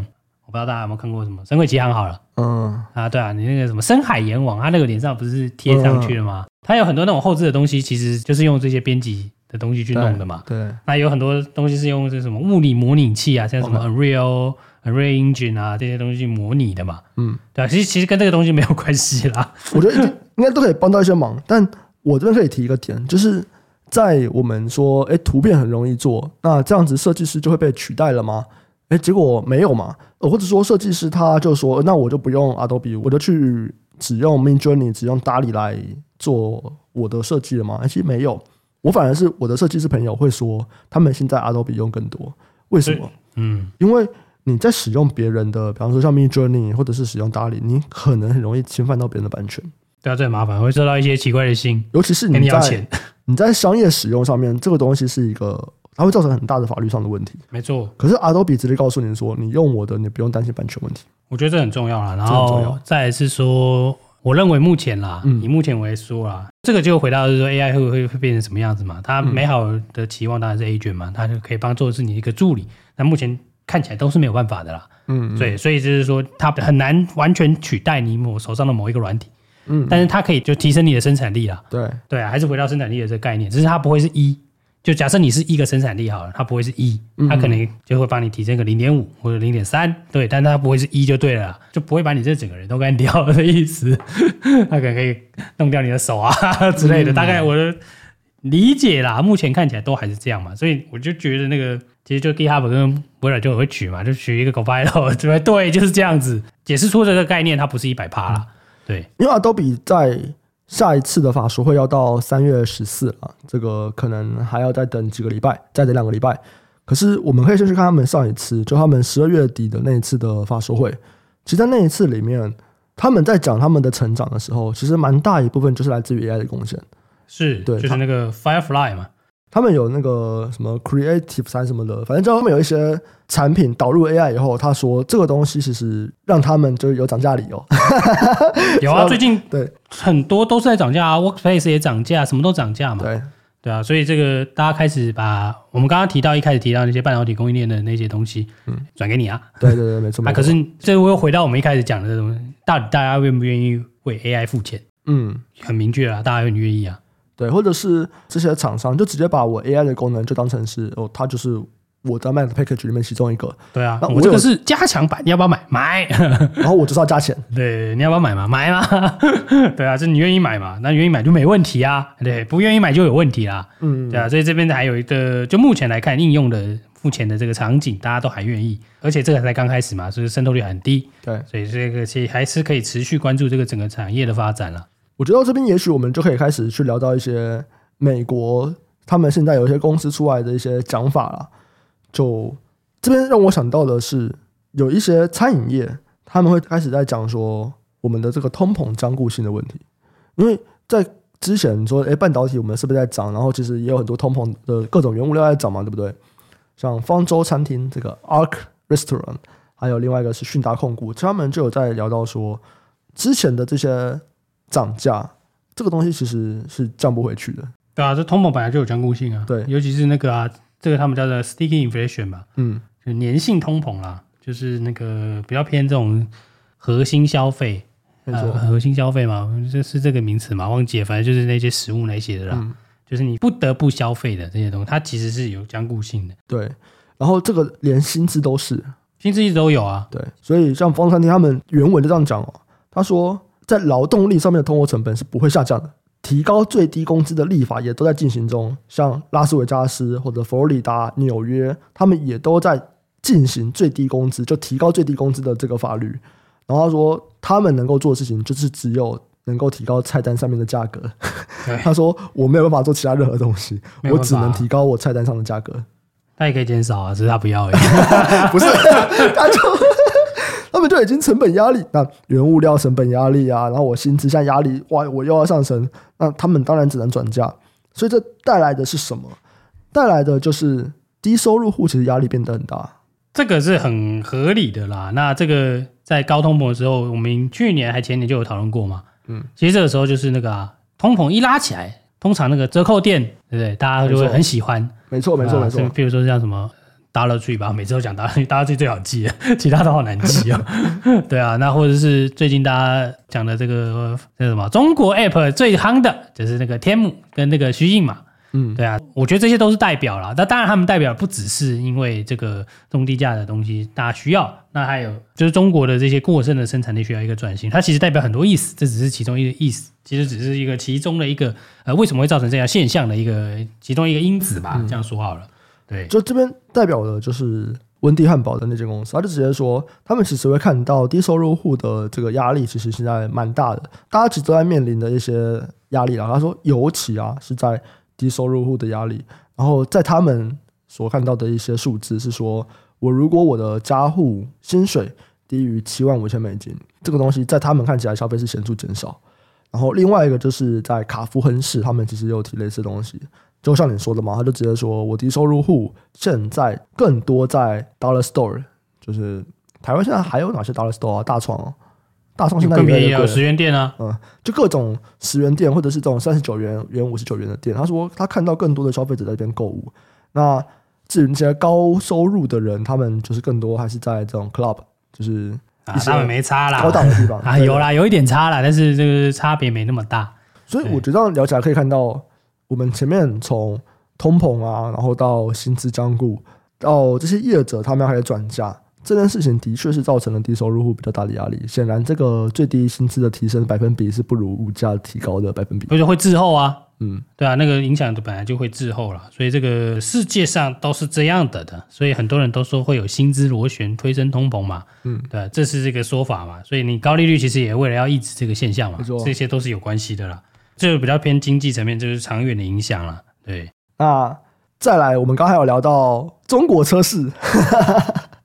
Speaker 3: 我不知道大家有没有看过什么《神鬼奇航》好了
Speaker 2: 嗯，
Speaker 3: 啊，对啊，你那个什么深海阎王，他那个脸上不是贴上去了
Speaker 2: 嗯
Speaker 3: 吗？他有很多那种后置的东西，其实就是用这些编辑的东西去弄的嘛。
Speaker 2: 对，
Speaker 3: 那有很多东西是用这什么物理模拟器啊，像什么
Speaker 2: 哦
Speaker 3: Unreal、Unreal Engine 啊这些东西去模拟的嘛。
Speaker 2: 嗯，
Speaker 3: 对啊，其实其实跟这个东西没有关系啦。 <laughs>
Speaker 2: 我觉得一定应该都可以帮到一些忙，但我这边可以提一个点，就是在我们说，哎，图片很容易做，那这样子设计师就会被取代了吗？哎，结果没有嘛，呃或者说设计师他就说，呃那我就不用 Adobe，我就去只用 Midjourney，只用 DALL-E 来做我的设计了吗？诶其实没有，我反而是我的设计师朋友会说，他们现在 Adobe 用更多，为什么？
Speaker 3: 嗯，
Speaker 2: 因为你在使用别人的，比方说像 Mid Journey 或者是使用 DALL-E，你可能很容易侵犯到别人的版权，
Speaker 3: 对啊，最麻烦会收到一些奇怪的信，
Speaker 2: 尤其是
Speaker 3: 哎跟你
Speaker 2: 你
Speaker 3: 要
Speaker 2: 在
Speaker 3: 钱。 <laughs>
Speaker 2: 你在商业使用上面，这个东西是一个它会造成很大的法律上的问题。
Speaker 3: 没错，
Speaker 2: 可是 Adobe 直接告诉你说，你用我的，你不用担心版权问题。
Speaker 3: 我觉得这很重要啦。然
Speaker 2: 这很重要
Speaker 3: 后再来是说，我认为目前啦，
Speaker 2: 嗯
Speaker 3: 以目前为说啦，这个就回到就是说 AI 会会会变成什么样子
Speaker 2: 嗯
Speaker 3: 嘛？它美好的期望当然是 A E 卷嘛，它就可以帮做是你一个助理。那目前看起来都是没有办法的啦。
Speaker 2: 嗯，
Speaker 3: 对，所以就是说，它很难完全取代你某手上的某一个软体，
Speaker 2: 嗯，
Speaker 3: 但是它可以就提升你的生产力啦。
Speaker 2: 对，
Speaker 3: 对啊，还是回到生产力的这个概念，只是它不会是一。就假设你是一个生产力好了，它不会是一，
Speaker 2: 嗯
Speaker 3: 它可能就会帮你提升个零点五或者零点三，对，但它不会是一就对了啦，就不会把你这整个人都干掉的意思。它可能可以弄掉你的手啊 <laughs> 之类的，
Speaker 2: 嗯
Speaker 3: 大概我的理解啦，目前看起来都还是这样嘛，所以我就觉得那个其实就 GitHub 跟微软就很会取嘛，就取一个 Copilot，对 <laughs> 吧对，就是这样子解释出这个概念，它不是一百趴
Speaker 2: 嗯
Speaker 3: 啦，对，
Speaker 2: 因为 Adobe 在下一次的法说会要到三月十四啊，这个可能还要再等几个礼拜，再等两个礼拜。可是我们可以先去看他们上一次，就他们十二月底的那一次的法说会。其实，在那一次里面，他们在讲他们的成长的时候，其实蛮大一部分就是来自于 AI 的贡献。
Speaker 3: 是，
Speaker 2: 对
Speaker 3: 就是
Speaker 2: 它
Speaker 3: 那个 Firefly 嘛。
Speaker 2: 他们有那个什么 Creative 三什么的，反正就他们有一些产品导入 AI 以后，他说这个东西其实让他们就是有涨价理由。 <laughs>
Speaker 3: <laughs> 有啊，
Speaker 2: 知道
Speaker 3: 最近
Speaker 2: 对
Speaker 3: 很多都是在涨价啊，Workspace 也涨价，什么都涨价嘛。
Speaker 2: 对，
Speaker 3: 对啊，所以这个大家开始把我们刚刚提到一开始提到那些半导体供应链的那些东西，嗯，转给你啊。
Speaker 2: 对对对，没错。
Speaker 3: 啊，
Speaker 2: 没
Speaker 3: 可
Speaker 2: 错
Speaker 3: 是这又回到我们一开始讲的这种，到底大家愿不愿意为 AI 付钱？
Speaker 2: 嗯，
Speaker 3: 很明确啊，大家愿不愿意啊？
Speaker 2: 对，或者是这些厂商就直接把我 AI 的功能就当成是哦，它就是我在卖的 package 里面其中一个，
Speaker 3: 对啊，
Speaker 2: 那
Speaker 3: 我
Speaker 2: 我
Speaker 3: 这个
Speaker 2: 有
Speaker 3: 是加强版，你要不要买？买。
Speaker 2: 然后我就是要加钱。 <laughs>
Speaker 3: 对，你要不要买嘛？ <laughs> 买嘛。对啊，这你愿意买嘛？那愿意买就没问题啊。对，不愿意买就有问题啦。
Speaker 2: 嗯，
Speaker 3: 对啊，所以这边还有一个，就目前来看，应用的付钱的这个场景，大家都还愿意，而且这个才刚开始嘛，所以渗透率很低，
Speaker 2: 对，
Speaker 3: 所以这个其实还是可以持续关注这个整个产业的发展了。
Speaker 2: 我觉得到这边也许我们就可以开始去聊到一些美国他们现在有一些公司出来的一些讲法啦。就这边让我想到的是，有一些餐饮业他们会开始在讲说我们的这个通膨僵固性的问题，因为在之前说，诶，半导体我们是不是在涨？然后其实也有很多通膨的呃各种原物料在涨嘛，对不对？像方舟餐厅这个 Arc Restaurant，还有另外一个是迅达控股，他们就有在聊到说，之前的这些涨价，这个东西其实是降不回去的。
Speaker 3: 对啊，这通膨本来就有僵固性啊，
Speaker 2: 对
Speaker 3: 尤其是那个啊，这个他们叫做 sticky inflation 吧，
Speaker 2: 嗯，
Speaker 3: 就粘性通膨啦，就是那个比较偏这种核心消费，
Speaker 2: 没错
Speaker 3: 呃，核心消费嘛，这是这个名词嘛，忘记了，反正就是那些食物那些的啦，
Speaker 2: 嗯
Speaker 3: 就是你不得不消费的这些东西，它其实是有僵固性的，
Speaker 2: 对。然后这个连薪资都是
Speaker 3: 薪资一直都有啊。
Speaker 2: 对，所以像方舟餐厅他们原文就这样讲哦，他说在劳动力上面的通货成本是不会下降的。提高最低工资的立法也都在进行中，像拉斯维加斯或者佛罗里达、纽约，他们也都在进行最低工资，就提高最低工资的这个法律。然后他说，他们能够做的事情就是只有能够提高菜单上面的价格。
Speaker 3: <laughs> 对
Speaker 2: 他说，我没有办法做其他任何东西，
Speaker 3: 没有
Speaker 2: 我
Speaker 3: 办
Speaker 2: 只
Speaker 3: 法啊
Speaker 2: 能提高我菜单上的价格。
Speaker 3: 他也可以减少啊，只是他不
Speaker 2: <laughs>
Speaker 3: 要而已。
Speaker 2: 不是，他就他们就已经成本压力，那原物料成本压力啊，然后我薪资下压力，哇，我又要上升，那他们当然只能转嫁。所以这带来的是什么？带来的就是低收入户其实压力变得很大。
Speaker 3: 这个是很合理的啦。那这个在高通膨的时候，我们去年还前年就有讨论过嘛。嗯，其实这个时候就是那个啊，通膨一拉起来，通常那个折扣店，对不对？大家就会
Speaker 2: 没错
Speaker 3: 很喜欢。
Speaker 2: 没错，没错，
Speaker 3: 啊
Speaker 2: 没错
Speaker 3: 是，比如说像什么达乐趣吧，每次都讲达乐趣，达乐趣最好记 <laughs> 了，其他都好难
Speaker 2: <laughs>
Speaker 3: 记哦。对啊，那或者是最近大家讲的这个那什么中国 App 最夯的，就是那个天幕跟那个虚印嘛。
Speaker 2: 嗯
Speaker 3: 对啊，我觉得这些都是代表啦。那当然，他们代表不只是因为这个中低价的东西大家需要，那还有就是中国的这些过剩的生产力需要一个转型。它其实代表很多意思，这只是其中一个意思，其实只是一个其中的一个呃，为什么会造成这样现象的一个呃其中一个因子吧。
Speaker 2: 嗯
Speaker 3: 这样说好了，对，
Speaker 2: 就这边代表的就是温蒂汉堡的那间公司，他就直接说，他们其实会看到低收入户的这个压力，其实现在蛮大的，大家其实都在面临的一些压力啊。他说，尤其啊是在低收入户的压力，然后在他们所看到的一些数字是说，我如果我的家户薪水低于七万五千美金，这个东西在他们看起来消费是显著减少。然后另外一个就是在卡夫亨市，他们其实也有提类似的东西，就像你说的嘛，他就直接说我低收入户现在更多在 Dollar Store，就是台湾现在还有哪些 Dollar Store 啊？大创、哦，大创现在
Speaker 3: 更
Speaker 2: 也
Speaker 3: 便宜啊，
Speaker 2: 有
Speaker 3: 有十元店啊，
Speaker 2: 就各种十元店或者是这种三十九元、元五十九元的店，他说他看到更多的消费者在这边购物。那至于那些高收入的人，他们就是更多还是在这种 club，就是
Speaker 3: 啊
Speaker 2: 一些
Speaker 3: 他们没差啦，
Speaker 2: 高档的地方
Speaker 3: <laughs> 啊，
Speaker 2: 对
Speaker 3: 有啦，有一点差啦，但是这个差别没那么大。
Speaker 2: 所以我觉得这样聊起来可以看到，我们前面从通膨啊，然后到薪资僵固，到这些业者他们要开始转嫁，这件事情的确是造成了低收入户比较大的压力。显然，这个最低薪资的提升百分比是不如物价提高的百分比。
Speaker 3: 不是会滞后啊，
Speaker 2: 嗯，
Speaker 3: 对啊，那个影响本来就会滞后了，所以这个世界上都是这样的的，所以很多人都说会有薪资螺旋推升通膨嘛，
Speaker 2: 嗯，
Speaker 3: 对啊、这是这个说法嘛，所以你高利率其实也为了要抑制这个现象嘛
Speaker 2: 没错，
Speaker 3: 这些都是有关系的啦，这个比较偏经济层面，就是长远的影响啦，对，
Speaker 2: 那再来，我们刚才有聊到嗯中国车市，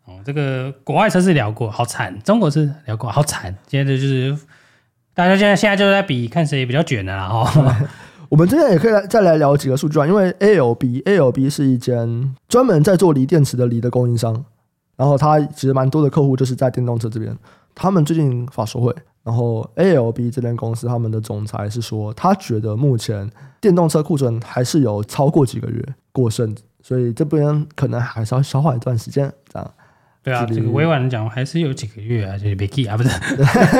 Speaker 3: 哦，这个国外车是聊过，好惨，中国是聊过，好惨，现在就是大家现在现在就在比看谁比较卷的啦，哦，
Speaker 2: 我们今天也可以来再来聊几个数据啊，因为 ALB ALB 是一间专门在做锂电池的锂的供应商，然后它其实蛮多的客户就是在电动车这边，他们最近法说会，然后 ALB 这间公司他们的总裁是说，他觉得目前电动车库存还是有超过几个月过剩，所以这边可能还是要消化一段时间，这样
Speaker 3: 对啊，
Speaker 2: 距离
Speaker 3: 这个委婉的讲，还是有几个月啊，就是 b <laughs> i 啊，不是，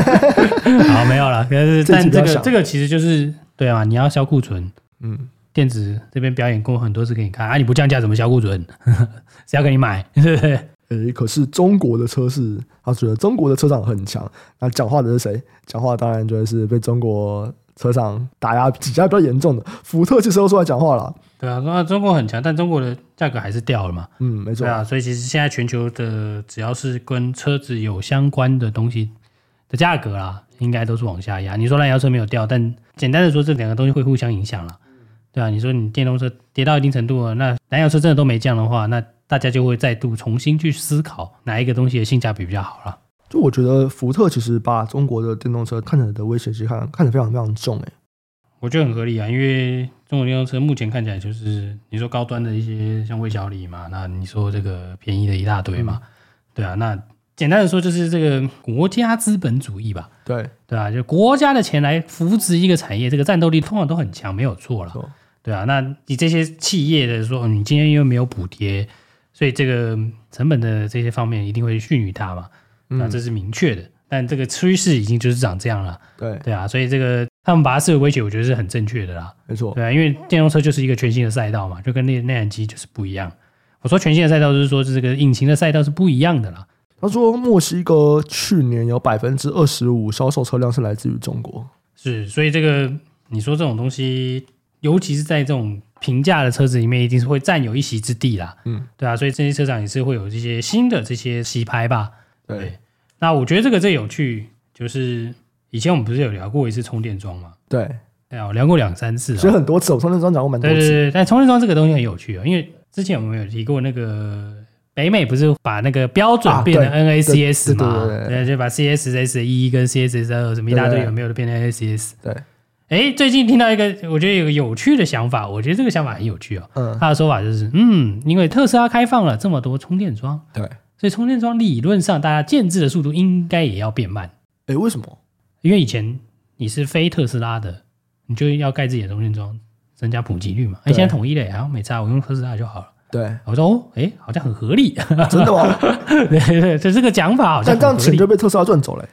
Speaker 3: 好没有了。但是
Speaker 2: 这集
Speaker 3: 但
Speaker 2: 不要
Speaker 3: 这 <laughs> 个
Speaker 2: 想
Speaker 3: 这个其实就是对啊，你要销库存，
Speaker 2: 嗯。
Speaker 3: 电子这边表演过很多次给你看啊，你不降价怎么销库存？ <laughs> 谁要给你买？ <laughs> 对不对？
Speaker 2: 诶，可是中国的车市，他觉得中国的车厂很强。那讲话的是谁？讲话当然就是被中国车厂打压挤压比较严重的福特汽车又出来讲话了。
Speaker 3: 对啊，说啊中国很强，但中国的价格还是掉了嘛。
Speaker 2: 嗯，没错
Speaker 3: 对，啊，所以其实现在全球的只要是跟车子有相关的东西的价格啦，应该都是往下压。你说燃油车没有掉，但简单的说，这两个东西会互相影响啦。对啊，你说你电动车跌到一定程度了，那燃油车真的都没降的话，那大家就会再度重新去思考哪一个东西的性价比比较好啦。
Speaker 2: 就我觉得福特其实把中国的电动车看起来的威胁其实看看得非常非常重、诶，
Speaker 3: 我觉得很合理啊，因为中国电动车目前看起来就是你说高端的一些像魏小李嘛，那你说这个便宜的一大堆嘛，对啊，那简单的说就是这个国家资本主义吧，
Speaker 2: 对，
Speaker 3: 对啊，就国家的钱来扶植一个产业，这个战斗力通常都很强，没有错了
Speaker 2: 没错。
Speaker 3: 对啊，那你这些企业的说，哦你今天因为没有补贴，所以这个成本的这些方面一定会逊于它嘛，那
Speaker 2: 嗯，
Speaker 3: 这是明确的。但这个趋势已经就是长这样了，
Speaker 2: 对，
Speaker 3: 对啊，所以这个他们把它视为威胁，我觉得是很正确的啦。
Speaker 2: 没错，
Speaker 3: 对啊，因为电动车就是一个全新的赛道嘛，就跟内内燃机就是不一样。我说全新的赛道，就是说这个引擎的赛道是不一样的啦。
Speaker 2: 他说墨西哥去年有百分之二十五销售车辆是来自于中国。
Speaker 3: 是，所以这个你说这种东西，尤其是在这种平价的车子里面，一定是会占有一席之地啦。
Speaker 2: 嗯，
Speaker 3: 对啊，所以这些车厂也是会有这些新的这些洗牌吧。
Speaker 2: 对，
Speaker 3: 那我觉得这个最有趣，就是以前我们不是有聊过一次充电桩吗？
Speaker 2: 对，
Speaker 3: 对啊，我聊过两三次
Speaker 2: 所以
Speaker 3: 了。
Speaker 2: 很多次我从那张讲过蛮多
Speaker 3: 对对
Speaker 2: 次，
Speaker 3: 对，但充电桩这个东西很有趣哦，因为之前我们有提过那个。北美不是把那个标
Speaker 2: 啊
Speaker 3: 准变成
Speaker 2: 对
Speaker 3: NACS 嘛？
Speaker 2: 对对对对对
Speaker 3: 就把 CSS 一跟 CSS 二什么一大
Speaker 2: 对
Speaker 3: 堆
Speaker 2: 对
Speaker 3: 有没有的变成 NACS。
Speaker 2: 对，
Speaker 3: 哎，最近听到一个，我觉得有个有趣的想法，我觉得这个想法很有趣哦。
Speaker 2: 嗯，
Speaker 3: 他的说法就是，嗯，因为特斯拉开放了这么多充电桩，
Speaker 2: 对，
Speaker 3: 所以充电桩理论上大家建制的速度应该也要变慢，
Speaker 2: 诶，为什么？
Speaker 3: 因为以前你是非特斯拉的，你就要盖自己的充电桩，增加普及率嘛。哎，
Speaker 2: 对
Speaker 3: 哎现在统一了，然后没差，我用特斯拉就好了。
Speaker 2: 对，
Speaker 3: 我说哦，哎，好像很合理， <laughs>
Speaker 2: 真的吗？
Speaker 3: 对对对，就这个讲法好像
Speaker 2: 但这样
Speaker 3: 很合
Speaker 2: 钱
Speaker 3: 理
Speaker 2: 就。被特斯拉赚走了、欸。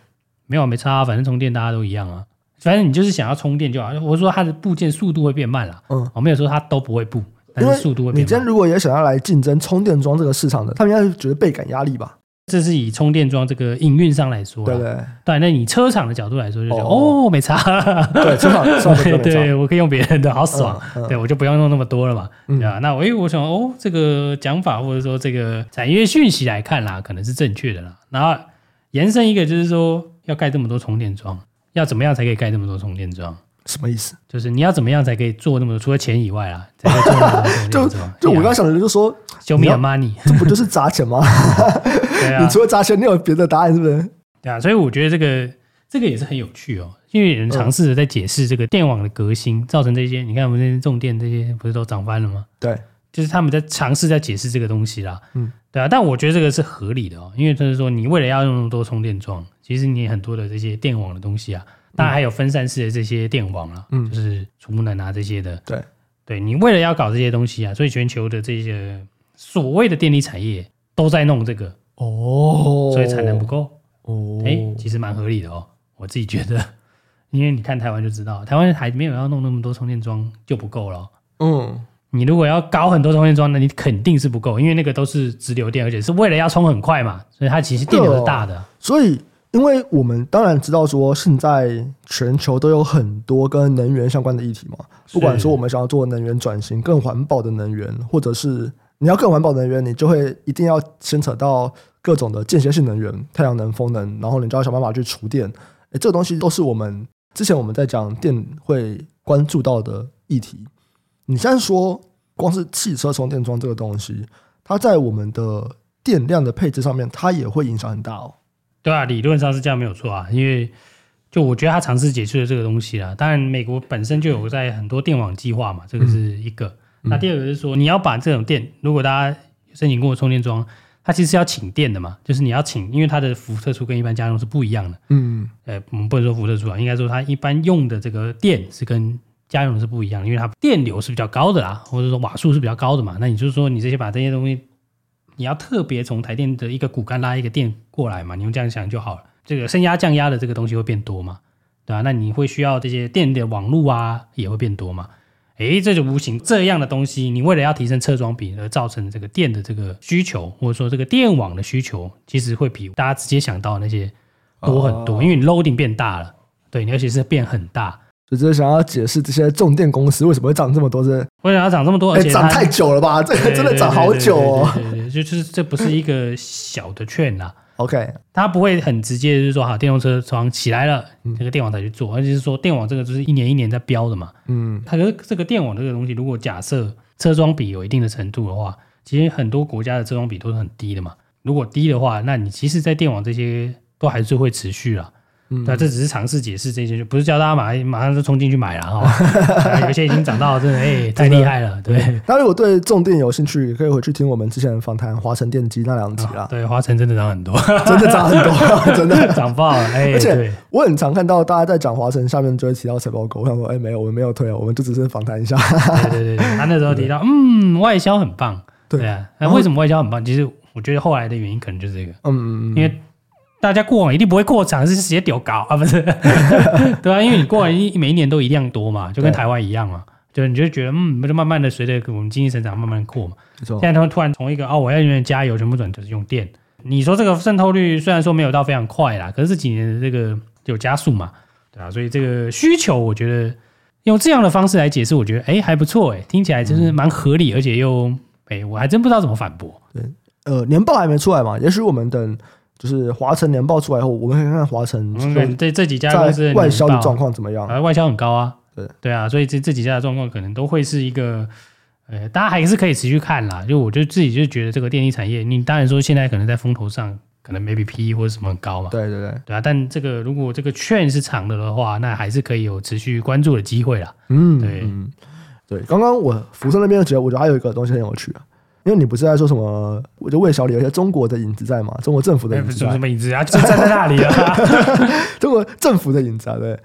Speaker 3: 没有没差啊、反正充电大家都一样啊。反正你就是想要充电就好。我说它的部件速度会变慢了，哦
Speaker 2: 嗯，
Speaker 3: 我没有说它都不会布，但
Speaker 2: 因
Speaker 3: 是速度
Speaker 2: 为
Speaker 3: 会
Speaker 2: 你
Speaker 3: 变
Speaker 2: 今天
Speaker 3: 慢。
Speaker 2: 如果也想要来竞争充电桩这个市场的，他们应该是觉得倍感压力吧？
Speaker 3: 这是以充电桩这个营运上来说啦，
Speaker 2: 对不对
Speaker 3: 对，啊那你车厂的角度来说，就觉得
Speaker 2: 哦
Speaker 3: 哦没差，
Speaker 2: 对，至少至少
Speaker 3: <laughs> 对
Speaker 2: 没
Speaker 3: 对，我可以用别人的，好爽。
Speaker 2: 嗯嗯
Speaker 3: 对，我就不要弄那么多了嘛，
Speaker 2: 嗯
Speaker 3: 对吧、那我诶，我想哦，这个讲法或者说这个产业讯息来看啦，可能是正确的啦。然后延伸一个就是说，要盖这么多充电桩，要怎么样才可以盖这么多充电桩？
Speaker 2: 什么意思？
Speaker 3: 就是你要怎么样才可以做那么多？除了钱以外啦，才可以做那么多充
Speaker 2: 就
Speaker 3: 电
Speaker 2: <laughs>
Speaker 3: 桩。
Speaker 2: 就我刚想的，就说
Speaker 3: 救
Speaker 2: 你
Speaker 3: 命
Speaker 2: 要
Speaker 3: money，
Speaker 2: 这不就是砸钱吗？
Speaker 3: <laughs> 对啊
Speaker 2: 你，除了砸钱，你有别的答案是不是？
Speaker 3: 对啊，所以我觉得这个这个也是很有趣哦，因为有人尝试着在解释这个电网的革新造成这些，你看我们这些重电这些不是都涨翻了吗？
Speaker 2: 对，
Speaker 3: 就是他们在尝试在解释这个东西啦，
Speaker 2: 嗯
Speaker 3: 嗯，对啊，但我觉得这个是合理的哦，因为就是说你为了要用那么多充电桩，其实你很多的这些电网的东西啊，当然还有分散式的这些电网啊，
Speaker 2: 嗯
Speaker 3: 就是储能啊这些的，
Speaker 2: 对，
Speaker 3: 对你为了要搞这些东西啊，所以全球的这些所谓的电力产业都在弄这个，
Speaker 2: 哦
Speaker 3: 所以产能不够，
Speaker 2: 哦
Speaker 3: 哎、其实蛮合理的哦，我自己觉得， <laughs> 因为你看台湾就知道，台湾还没有要弄那么多充电桩就不够了哦。
Speaker 2: 嗯，
Speaker 3: 你如果要搞很多充电桩，那你肯定是不够，因为那个都是直流电，而且是为了要充很快嘛，所以它其实电流是大的。
Speaker 2: 所以，因为我们当然知道说，现在全球都有很多跟能源相关的议题嘛，不管说我们想要做能源转型、更环保的能源，或者是你要更环保的能源，你就会一定要牵扯到各种的间歇性能源，太阳能、风能，然后你就要想办法去储电。诶，这个东西都是我们之前我们在讲电会关注到的议题。你现在说，光是汽车充电桩这个东西，它在我们的电量的配置上面，它也会影响很大哦。
Speaker 3: 对啊，理论上是这样没有错啊，因为就我觉得他尝试解释了这个东西啦。当然，美国本身就有在很多电网计划嘛，这个是一个。那第二个是说，你要把这种电，如果大家申请过充电桩，它其实是要请电的嘛，就是你要请，因为它的辐射出跟一般家用是不一样的。
Speaker 2: 嗯
Speaker 3: 呃，我们不能说辐射出啊，应该说它一般用的这个电是跟家用的是不一样的，因为它电流是比较高的啦，或者说瓦数是比较高的嘛。那你就是说，你这些把这些东西，你要特别从台电的一个骨干拉一个电过来嘛，你用这样想就好了。这个升压降压的这个东西会变多嘛，对吧、那你会需要这些电的网路啊，也会变多嘛。诶，这就无形这样的东西，你为了要提升车装比而造成这个电的这个需求，或者说这个电网的需求，其实会比大家直接想到的那些多很多，因为你 loading 变大了，对，你尤其是变很大，
Speaker 2: 就只是想要解释这些重电公司为什么会涨这么多，这
Speaker 3: 为什么要涨这么多？而
Speaker 2: 哎
Speaker 3: 且
Speaker 2: 涨
Speaker 3: 它
Speaker 2: 太久了吧？这个
Speaker 3: 对
Speaker 2: 真的涨好久哦。
Speaker 3: 对对对对对对就就是这不是一个小的券啦，
Speaker 2: OK，
Speaker 3: 它不会很直接就是说好电动车厂起来了，这个电网才去做，而且是说电网这个就是一年一年在标的嘛，
Speaker 2: 嗯，
Speaker 3: 它的这个电网这个东西，如果假设车桩比有一定的程度的话，其实很多国家的车桩比都是很低的嘛。如果低的话，那你其实，在电网这些都还是会持续啊。
Speaker 2: 嗯
Speaker 3: 那这只是尝试解释这些，就不是叫大家马马上就冲进去买
Speaker 2: <laughs>
Speaker 3: 了哈。有些已经涨到真的哎、太厉害了，对。
Speaker 2: 那如果对重电有兴趣，可以回去听我们之前访谈华晨电机那两集
Speaker 3: <laughs>
Speaker 2: 啦，
Speaker 3: 对，花城真的涨很多， <laughs>
Speaker 2: 真的涨很多，真的。
Speaker 3: 涨爆了！哎、
Speaker 2: 而且
Speaker 3: 对
Speaker 2: 我很常看到大家在讲华晨，下面就会提到财报狗，我想说，哎，没有，我们没有推，我们就只是访谈一下。 <laughs>
Speaker 3: 对对对，对，他那时候提到，嗯，外销很棒，
Speaker 2: 对
Speaker 3: 对啊。那为什么外销很棒？其实我觉得后来的原因可能就是这个，
Speaker 2: 嗯，
Speaker 3: 因为大家过往一定不会过场，是直接丢高啊，不是？对啊，因为你过往一每一年都一样多嘛，就跟
Speaker 2: 对
Speaker 3: 台湾一样嘛，就是你就觉得嗯，就慢慢的随着我们经济成长慢慢地扩嘛。
Speaker 2: 没错
Speaker 3: 现，在他们突然从一个哦，我要永远加油，全部转就是用电。你说这个渗透率虽然说没有到非常快啦，可是这几年的这个有加速嘛，对啊，所以这个需求我觉得哎用这样的方式来解释，我觉得哎还不错哎，听起来就是蛮合理，而且又哎我还真不知道怎么反驳。
Speaker 2: 呃，年报还没出来嘛，也许我们等就是华晨年报出来后，我们可以看看华晨
Speaker 3: 我们看这这几家公司
Speaker 2: 在
Speaker 3: 的
Speaker 2: 外销
Speaker 3: 年
Speaker 2: 的
Speaker 3: 报
Speaker 2: 状况怎么样。
Speaker 3: 啊，外销很高啊，
Speaker 2: 对
Speaker 3: 对啊，所以这这几家的状况可能都会是一个，呃，大家还是可以持续看啦。就我就自己就觉得这个电力产业，你当然说现在可能在风头上，可能 maybe PE 或者什么很高嘛，
Speaker 2: 对对对，
Speaker 3: 对啊，但这个如果这个券是长的的话，那还是可以有持续关注的机会啦。
Speaker 2: 嗯，
Speaker 3: 对
Speaker 2: 嗯，对。刚刚我福生那边觉得，我觉得还有一个东西很有趣啊，因为你不是在说什么，我就魏小李有一些中国的影子在嘛，中国政府的
Speaker 3: 哎
Speaker 2: 影
Speaker 3: <laughs> 不
Speaker 2: 子
Speaker 3: 是什
Speaker 2: 在，
Speaker 3: 么影子啊，就站在那
Speaker 2: <laughs>
Speaker 3: 里啊。
Speaker 2: 中国政府的影子啊，对。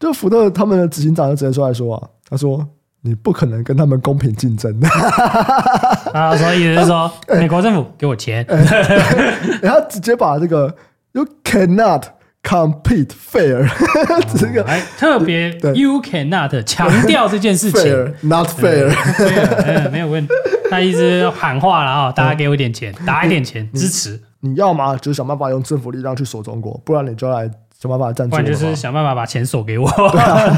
Speaker 2: 就福特他们的执行长就直接出来说啊，他说你不可能跟他们公平竞争 <laughs> 的。
Speaker 3: 啊，所以就是说，
Speaker 2: 呃
Speaker 3: 美国政府给我钱，
Speaker 2: 然后直接把这个 you cannot compete fair，这
Speaker 3: 哦
Speaker 2: <laughs> 个
Speaker 3: 来哎特别
Speaker 2: 对
Speaker 3: you cannot 强调这件事
Speaker 2: <laughs>
Speaker 3: 情，
Speaker 2: fair not fair，
Speaker 3: 对嗯没有问题。他一直喊话了啊、
Speaker 2: 嗯
Speaker 3: 大家给我一点钱，打一点钱支持，
Speaker 2: 你要嘛就是想办法用政府力量去锁中国，不然你就来想办法赞
Speaker 3: 不
Speaker 2: 助我
Speaker 3: 然
Speaker 2: 嘛。
Speaker 3: 就是想办法把钱锁给我。 <laughs>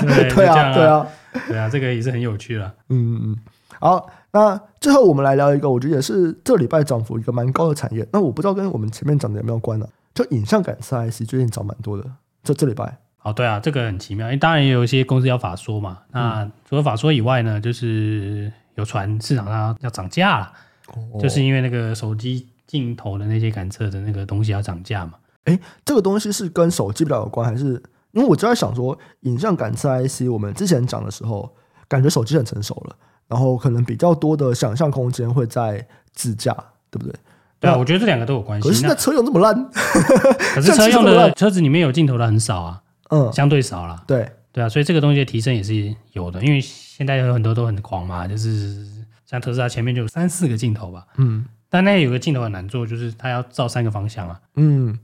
Speaker 3: 对
Speaker 2: <laughs> 对
Speaker 3: 就这样
Speaker 2: 啊对，啊，
Speaker 3: 对啊，这个也是很有趣了。
Speaker 2: 嗯嗯。好，那最后我们来聊一个，我觉得也是这礼拜涨幅一个蛮高的产业。那我不知道跟我们前面讲的有没有关呢、就影像感测 IC 最近涨蛮多的，这这礼拜。
Speaker 3: 哦，对啊，这个很奇妙，因为当然也有一些公司要法说嘛。那
Speaker 2: 嗯
Speaker 3: 除了法说以外呢，就是有传市场上要涨价了，
Speaker 2: 哦
Speaker 3: 就是因为那个手机镜头的那些感测的那个东西要涨价嘛。
Speaker 2: 哎，这个东西是跟手机比较有关，还是因为我就在想说，影像感测 IC 我们之前讲的时候，感觉手机很成熟了，然后可能比较多的想象空间会在自驾，对不对？
Speaker 3: 对啊，我觉得这两个都有关系
Speaker 2: 可是。现在
Speaker 3: 那
Speaker 2: 车用这么烂，
Speaker 3: 可是车
Speaker 2: 像
Speaker 3: 用
Speaker 2: 是这么
Speaker 3: 的
Speaker 2: 乱
Speaker 3: 车子里面有镜头的很少啊，
Speaker 2: 嗯，
Speaker 3: 相对少啦。
Speaker 2: 对，
Speaker 3: 对啊，所以这个东西的提升也是有的，因为现在有很多都很狂嘛，就是像特斯拉前面就有三四个镜头吧，
Speaker 2: 嗯
Speaker 3: 但那有个镜头很难做，就是它要照三个方向啊。
Speaker 2: 嗯，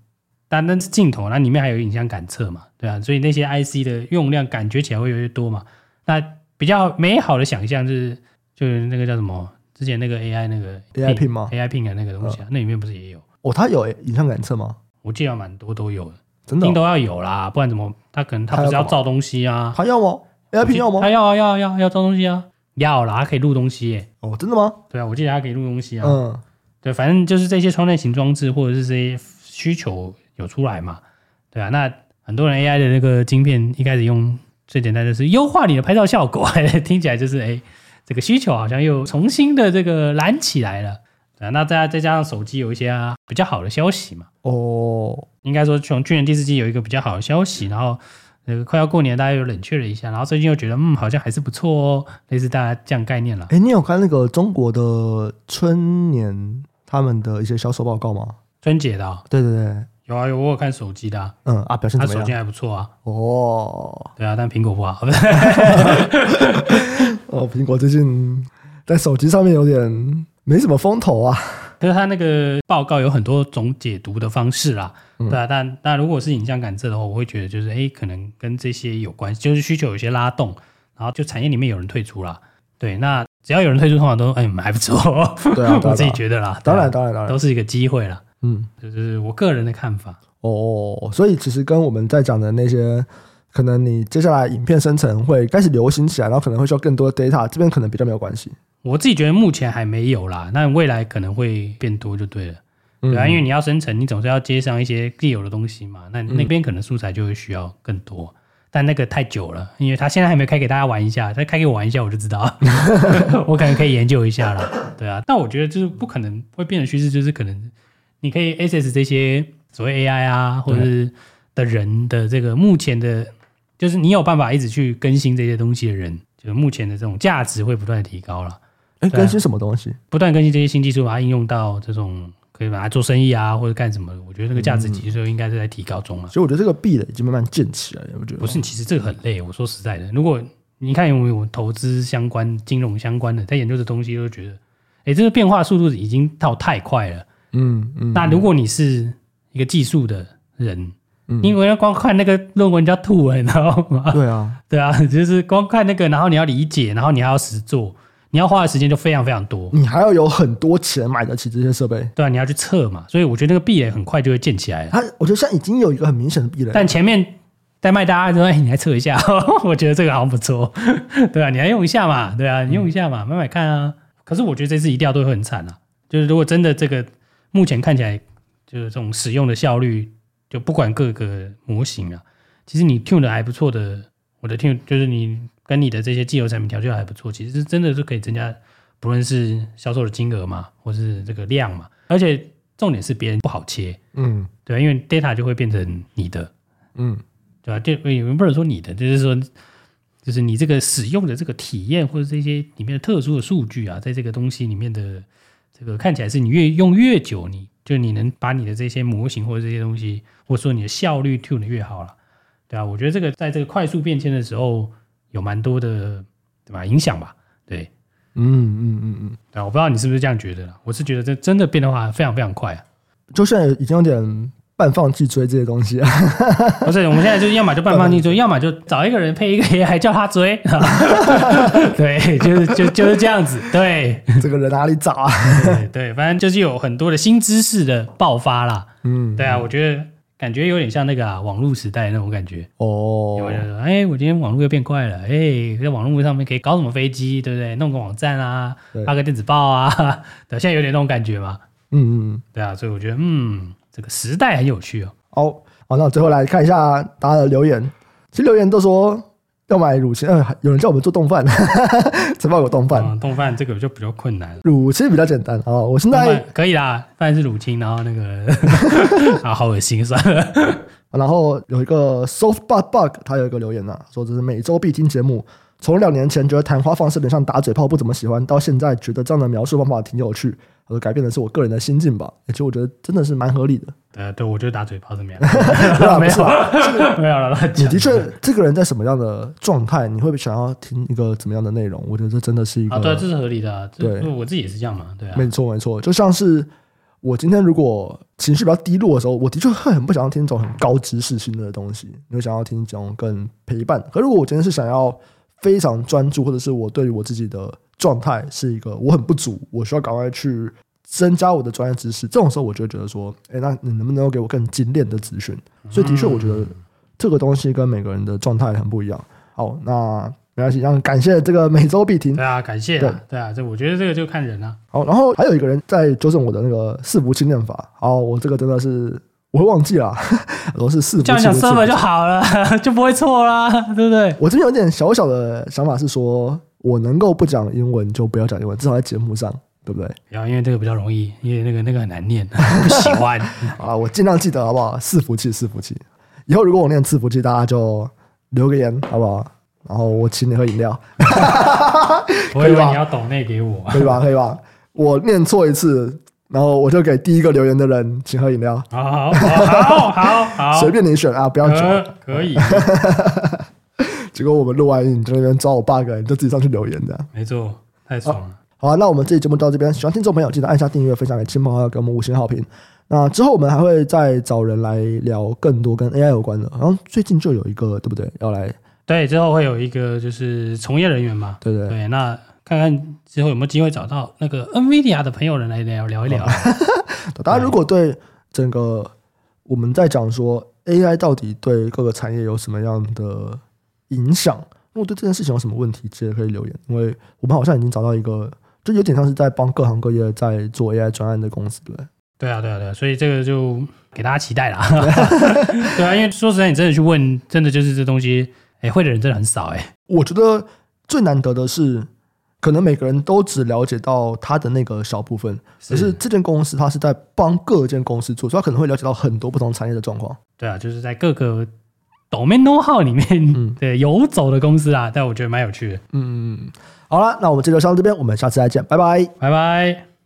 Speaker 3: 但那是镜头，那里面还有影像感测嘛，对啊，所以那些 IC 的用量感觉起来会越来越多嘛。那比较美好的想象就是，就是那个叫什么，之前那个 AI 那个
Speaker 2: AI pin 吗嗯
Speaker 3: ？AI pin 的那个东西啊，那里面不是也有？
Speaker 2: 哦，它有影像感测吗？
Speaker 3: 我记得蛮多都有的，
Speaker 2: 真
Speaker 3: 一
Speaker 2: 的
Speaker 3: 定
Speaker 2: 哦、
Speaker 3: 都要有啦，不然怎么？他可能他不是
Speaker 2: 它
Speaker 3: 要
Speaker 2: 要干嘛
Speaker 3: 照东西啊？
Speaker 2: 它要吗？AI 屏要吗
Speaker 3: 他？要啊要啊要啊要照东西啊，要啦，它可以录东西耶、
Speaker 2: 哦，真的吗？
Speaker 3: 对啊，我记得它可以录东西啊。
Speaker 2: 嗯，
Speaker 3: 对，反正就是这些窗类型装置或者是这些需求有出来嘛，对啊，那很多人 AI 的那个晶片一开始用最简单的是优化你的拍照效果， <laughs> 听起来就是哎、这个需求好像又重新的这个燃起来了，对啊，那再再加上手机有一些、啊、比较好的消息嘛，
Speaker 2: 哦，
Speaker 3: 应该说从去年第四季有一个比较好的消息，然后那个快要过年大家又冷却了一下，然后最近又觉得嗯好像还是不错哦，类似大家这样概念了。
Speaker 2: 哎，你有看那个中国的春年他们的一些销售报告吗？
Speaker 3: 春节的哦、
Speaker 2: 对对对，
Speaker 3: 有啊有，我有看手机的、啊，
Speaker 2: 嗯啊，表现
Speaker 3: 他
Speaker 2: 怎么
Speaker 3: 手机
Speaker 2: 样？
Speaker 3: 还不错啊。
Speaker 2: 哦，
Speaker 3: 对啊，但苹果不好， <laughs>
Speaker 2: 哦，苹果最近在手机上面有点没什么风头啊。
Speaker 3: 就是它那个报告有很多种解读的方式啦，
Speaker 2: 嗯
Speaker 3: 对啊，但但如果是影像感测的话，我会觉得就是哎，诶可能跟这些有关系，就是需求有些拉动，然后就产业里面有人退出啦，对，那只要有人退出，通常都哎还
Speaker 2: <laughs>
Speaker 3: 不错，
Speaker 2: 对啊
Speaker 3: 我自己觉得啦，
Speaker 2: 当然，
Speaker 3: 对
Speaker 2: 当
Speaker 3: 啊
Speaker 2: 然，当然
Speaker 3: 都，是一个机会啦，
Speaker 2: 嗯，
Speaker 3: 就是我个人的看法，
Speaker 2: 哦，所以其实跟我们在讲的那些，可能你接下来影片生成会开始流行起来，然后可能会需要更多的 data，这边可能比较没有关系。
Speaker 3: 我自己觉得目前还没有啦，但未来可能会变多就对了。
Speaker 2: 嗯
Speaker 3: 对啊，因为你要生成，你总是要接上一些既有的东西嘛。那那边可能素材就会需要更多，但那个太久了，因为他现在还没开给大家玩一下，他开给我玩一下我就知道， <laughs> 我可能可以研究一下啦。对啊，但我觉得就是不可能会变的趋势，就是可能你可以 access 这些所谓 AI 啊，或者是的人的这个目前的，就是你有办法一直去更新这些东西的人，就是目前的这种价值会不断的提高了。
Speaker 2: 哎，
Speaker 3: 对啊
Speaker 2: 更新什么东西？
Speaker 3: 不断更新这些新技术，把它应用到这种可以把它做生意啊，或者干什么的，我觉得那个价值其实就应该是在提高中了。
Speaker 2: 所以我觉得这个壁垒已经慢慢建起来了，我觉得
Speaker 3: 不是，其实这个很累。我说实在的，如果你看有没有投资相关、金融相关的，在研究的东西，都觉得，哎，这个变化速度已经到太快了。
Speaker 2: 嗯嗯，
Speaker 3: 那如果你是一个技术的人，
Speaker 2: 嗯
Speaker 3: 因为光看那个论文就要吐了，你知道
Speaker 2: <laughs>
Speaker 3: 吗？<laughs>
Speaker 2: 对啊，
Speaker 3: 对啊，就是光看那个，然后你要理解，然后你还要实做，你要花的时间就非常非常多。
Speaker 2: 你还要有很多钱买得起这些设备。
Speaker 3: 对啊，你要去测嘛，所以我觉得那个壁垒很快就会建起来了。
Speaker 2: 它，我觉得现在已经有一个很明显的壁垒了。
Speaker 3: 但前面在卖大家说，哎，你来测一下， <laughs> 我觉得这个好像不错， <laughs> 对啊，你来用一下嘛，对啊，你用一下嘛，买买看啊。可是我觉得这次一掉都会很惨啊，就是如果真的这个目前看起来就是这种使用的效率，就不管各个模型啊，其实你 tune 的还不错的，我的 tune 就是你跟你的这些既有产品调教得还不错，其实是真的是可以增加，不论是销售的金额嘛，或是这个量嘛，而且重点是别人不好切，
Speaker 2: 嗯
Speaker 3: 对啊，因为 data 就会变成你的，
Speaker 2: 嗯，
Speaker 3: 对吧、啊？就也不能说你的，就是说，就是你这个使用的这个体验，或者这些里面的特殊的数据啊，在这个东西里面的这个看起来是你越用越久，你就你能把你的这些模型或者这些东西，或者说你的效率 tune 的越好了，对啊，我觉得这个在这个快速变迁的时候，有蛮多的对吧？影响吧，对
Speaker 2: 嗯嗯嗯嗯，
Speaker 3: 对啊，我不知道你是不是这样觉得啦，我是觉得这真的变化非常非常快啊。
Speaker 2: 就现在已经有点半放弃追这些东西啊。
Speaker 3: 不是，我们现在就要么就半放弃追，要么就找一个人配一个 AI 叫他追。 <laughs> 对，就是就就是这样子。对
Speaker 2: <laughs> 这个人哪里找啊？
Speaker 3: 对对，反正就是有很多的新知识的爆发啦。
Speaker 2: <laughs> 嗯，
Speaker 3: 对啊，我觉得感觉有点像那个啊网络时代那种感觉。
Speaker 2: 哦
Speaker 3: 有，人说，哎，我今天网络又变快了，哎，在网络上面可以搞什么飞机，对不对？弄个网站啊
Speaker 2: 对，
Speaker 3: 发个电子报啊， <laughs> 对，现在有点那种感觉嘛。
Speaker 2: 嗯嗯，
Speaker 3: 对啊，所以我觉得，嗯，这个时代很有趣哦。
Speaker 2: 哦，好，那我最后来看一下大家的留言。其实留言都说要买乳清，呃，有人叫我们做冻 <laughs> 饭，晨报有冻饭，
Speaker 3: 嗯，动饭这个就比较困难了。
Speaker 2: 乳清比较简单哦。我现
Speaker 3: 动
Speaker 2: 在
Speaker 3: 饭可以啦，饭是乳清，然后那个 <laughs> 啊，好恶心，算了。
Speaker 2: 然后有一个 Soft Bug Bug，他有一个留言呐、啊，说这是每周必听节目。从两年前觉得谈话方式有点像打嘴炮，不怎么喜欢，到现在觉得这样的描述方法挺有趣。他说改变的是我个人的心境吧，其实我觉得真的是蛮合理
Speaker 3: <laughs>
Speaker 2: 的。
Speaker 3: 呃，对，我就打嘴炮怎么样？
Speaker 2: 不是啊
Speaker 3: 没
Speaker 2: 不是
Speaker 3: 有
Speaker 2: 吧，
Speaker 3: <laughs> 没有了，乱
Speaker 2: 你
Speaker 3: 讲。
Speaker 2: 的确，这个人在什么样的状态，你会想要听一个怎么样的内容？我觉得这真的是一个，
Speaker 3: 啊，对，这是合理的啊。这
Speaker 2: 对
Speaker 3: 我自己也是这样嘛，对啊。
Speaker 2: 没错没错。就像是我今天如果情绪比较低落的时候，我的确会很不想要听这种很高知识性的东西，你会想要听这种更陪伴。可如果我今天是想要非常专注，或者是我对于我自己的状态是一个我很不足，我需要赶快去。增加我的专业知识，这种时候我就会觉得说，哎、那你能不能够给我更精炼的资讯？
Speaker 3: 嗯
Speaker 2: 所以的确，我觉得这个东西跟每个人的状态很不一样。好，那没关系，让感谢这个每周必听
Speaker 3: 对。啊，感谢啊，对啊，这我觉得这个就看人啊。
Speaker 2: 好，然后还有一个人在纠正我的那个四伏轻念法。好，我这个真的是我会忘记了，我是四伏轻
Speaker 3: 这样讲
Speaker 2: 念四伏
Speaker 3: server 就好了， <laughs> 就不会错啦，对不对？
Speaker 2: 我这边有点小小的想法是说，我能够不讲英文就不要讲英文，至少在节目上，对不对？
Speaker 3: 然后因为这个比较容易，因为那个那个很难念， <laughs> 不喜欢。
Speaker 2: 啊，我尽量记得好不好？四伏气，四伏气。以后如果我念四伏气，大家就留个言好不好？然后我请你喝饮料，
Speaker 3: 我以为你要抖内给我，
Speaker 2: 可以吧？可以吧？我念错一次，然后我就给第一个留言的人请喝饮料，
Speaker 3: 好好好好好 <laughs> 好，呃
Speaker 2: 随便你选啊，不要酒。
Speaker 3: 可可以，
Speaker 2: 结果我们录完音，你在那边抓我 bug，你就自己上去留言的。
Speaker 3: 没错，太爽了。
Speaker 2: 好、啊，那我们这期节目到这边，喜欢听众朋友记得按下订阅、分享给亲朋好友，给我们五星好评。那之后我们还会再找人来聊更多跟 AI 有关的，好像最近就有一个，对不对？要来，
Speaker 3: 对，之后会有一个就是从业人员嘛，
Speaker 2: 对对
Speaker 3: 对，那看看之后有没有机会找到那个 NVIDIA 的朋友人来聊聊一聊。
Speaker 2: 哦大家如果对整个我们在讲说 AI 到底对各个产业有什么样的影响，如果对这件事情有什么问题，直接可以留言，因为我们好像已经找到一个，就有点像是在帮各行各业在做 AI 专案的公司，对不对？
Speaker 3: <laughs> 对啊，对啊，对啊，所以这个就给大家期待啦。 <laughs> 对啊，因为说实在，你真的去问，真的就是这东西，哎，会的人真的很少哎。
Speaker 2: 我觉得最难得的是，可能每个人都只了解到他的那个小部分，可是这间公司它是在帮各间公司做，所以它可能会了解到很多不同产业的状况。
Speaker 3: 对啊，就是在各个 domain know how 里面、
Speaker 2: 嗯
Speaker 3: 对游走的公司啊，但我觉得蛮有趣的。
Speaker 2: 嗯，好了，那我们这就上到这边，我们下次再见，拜拜。
Speaker 3: 拜拜。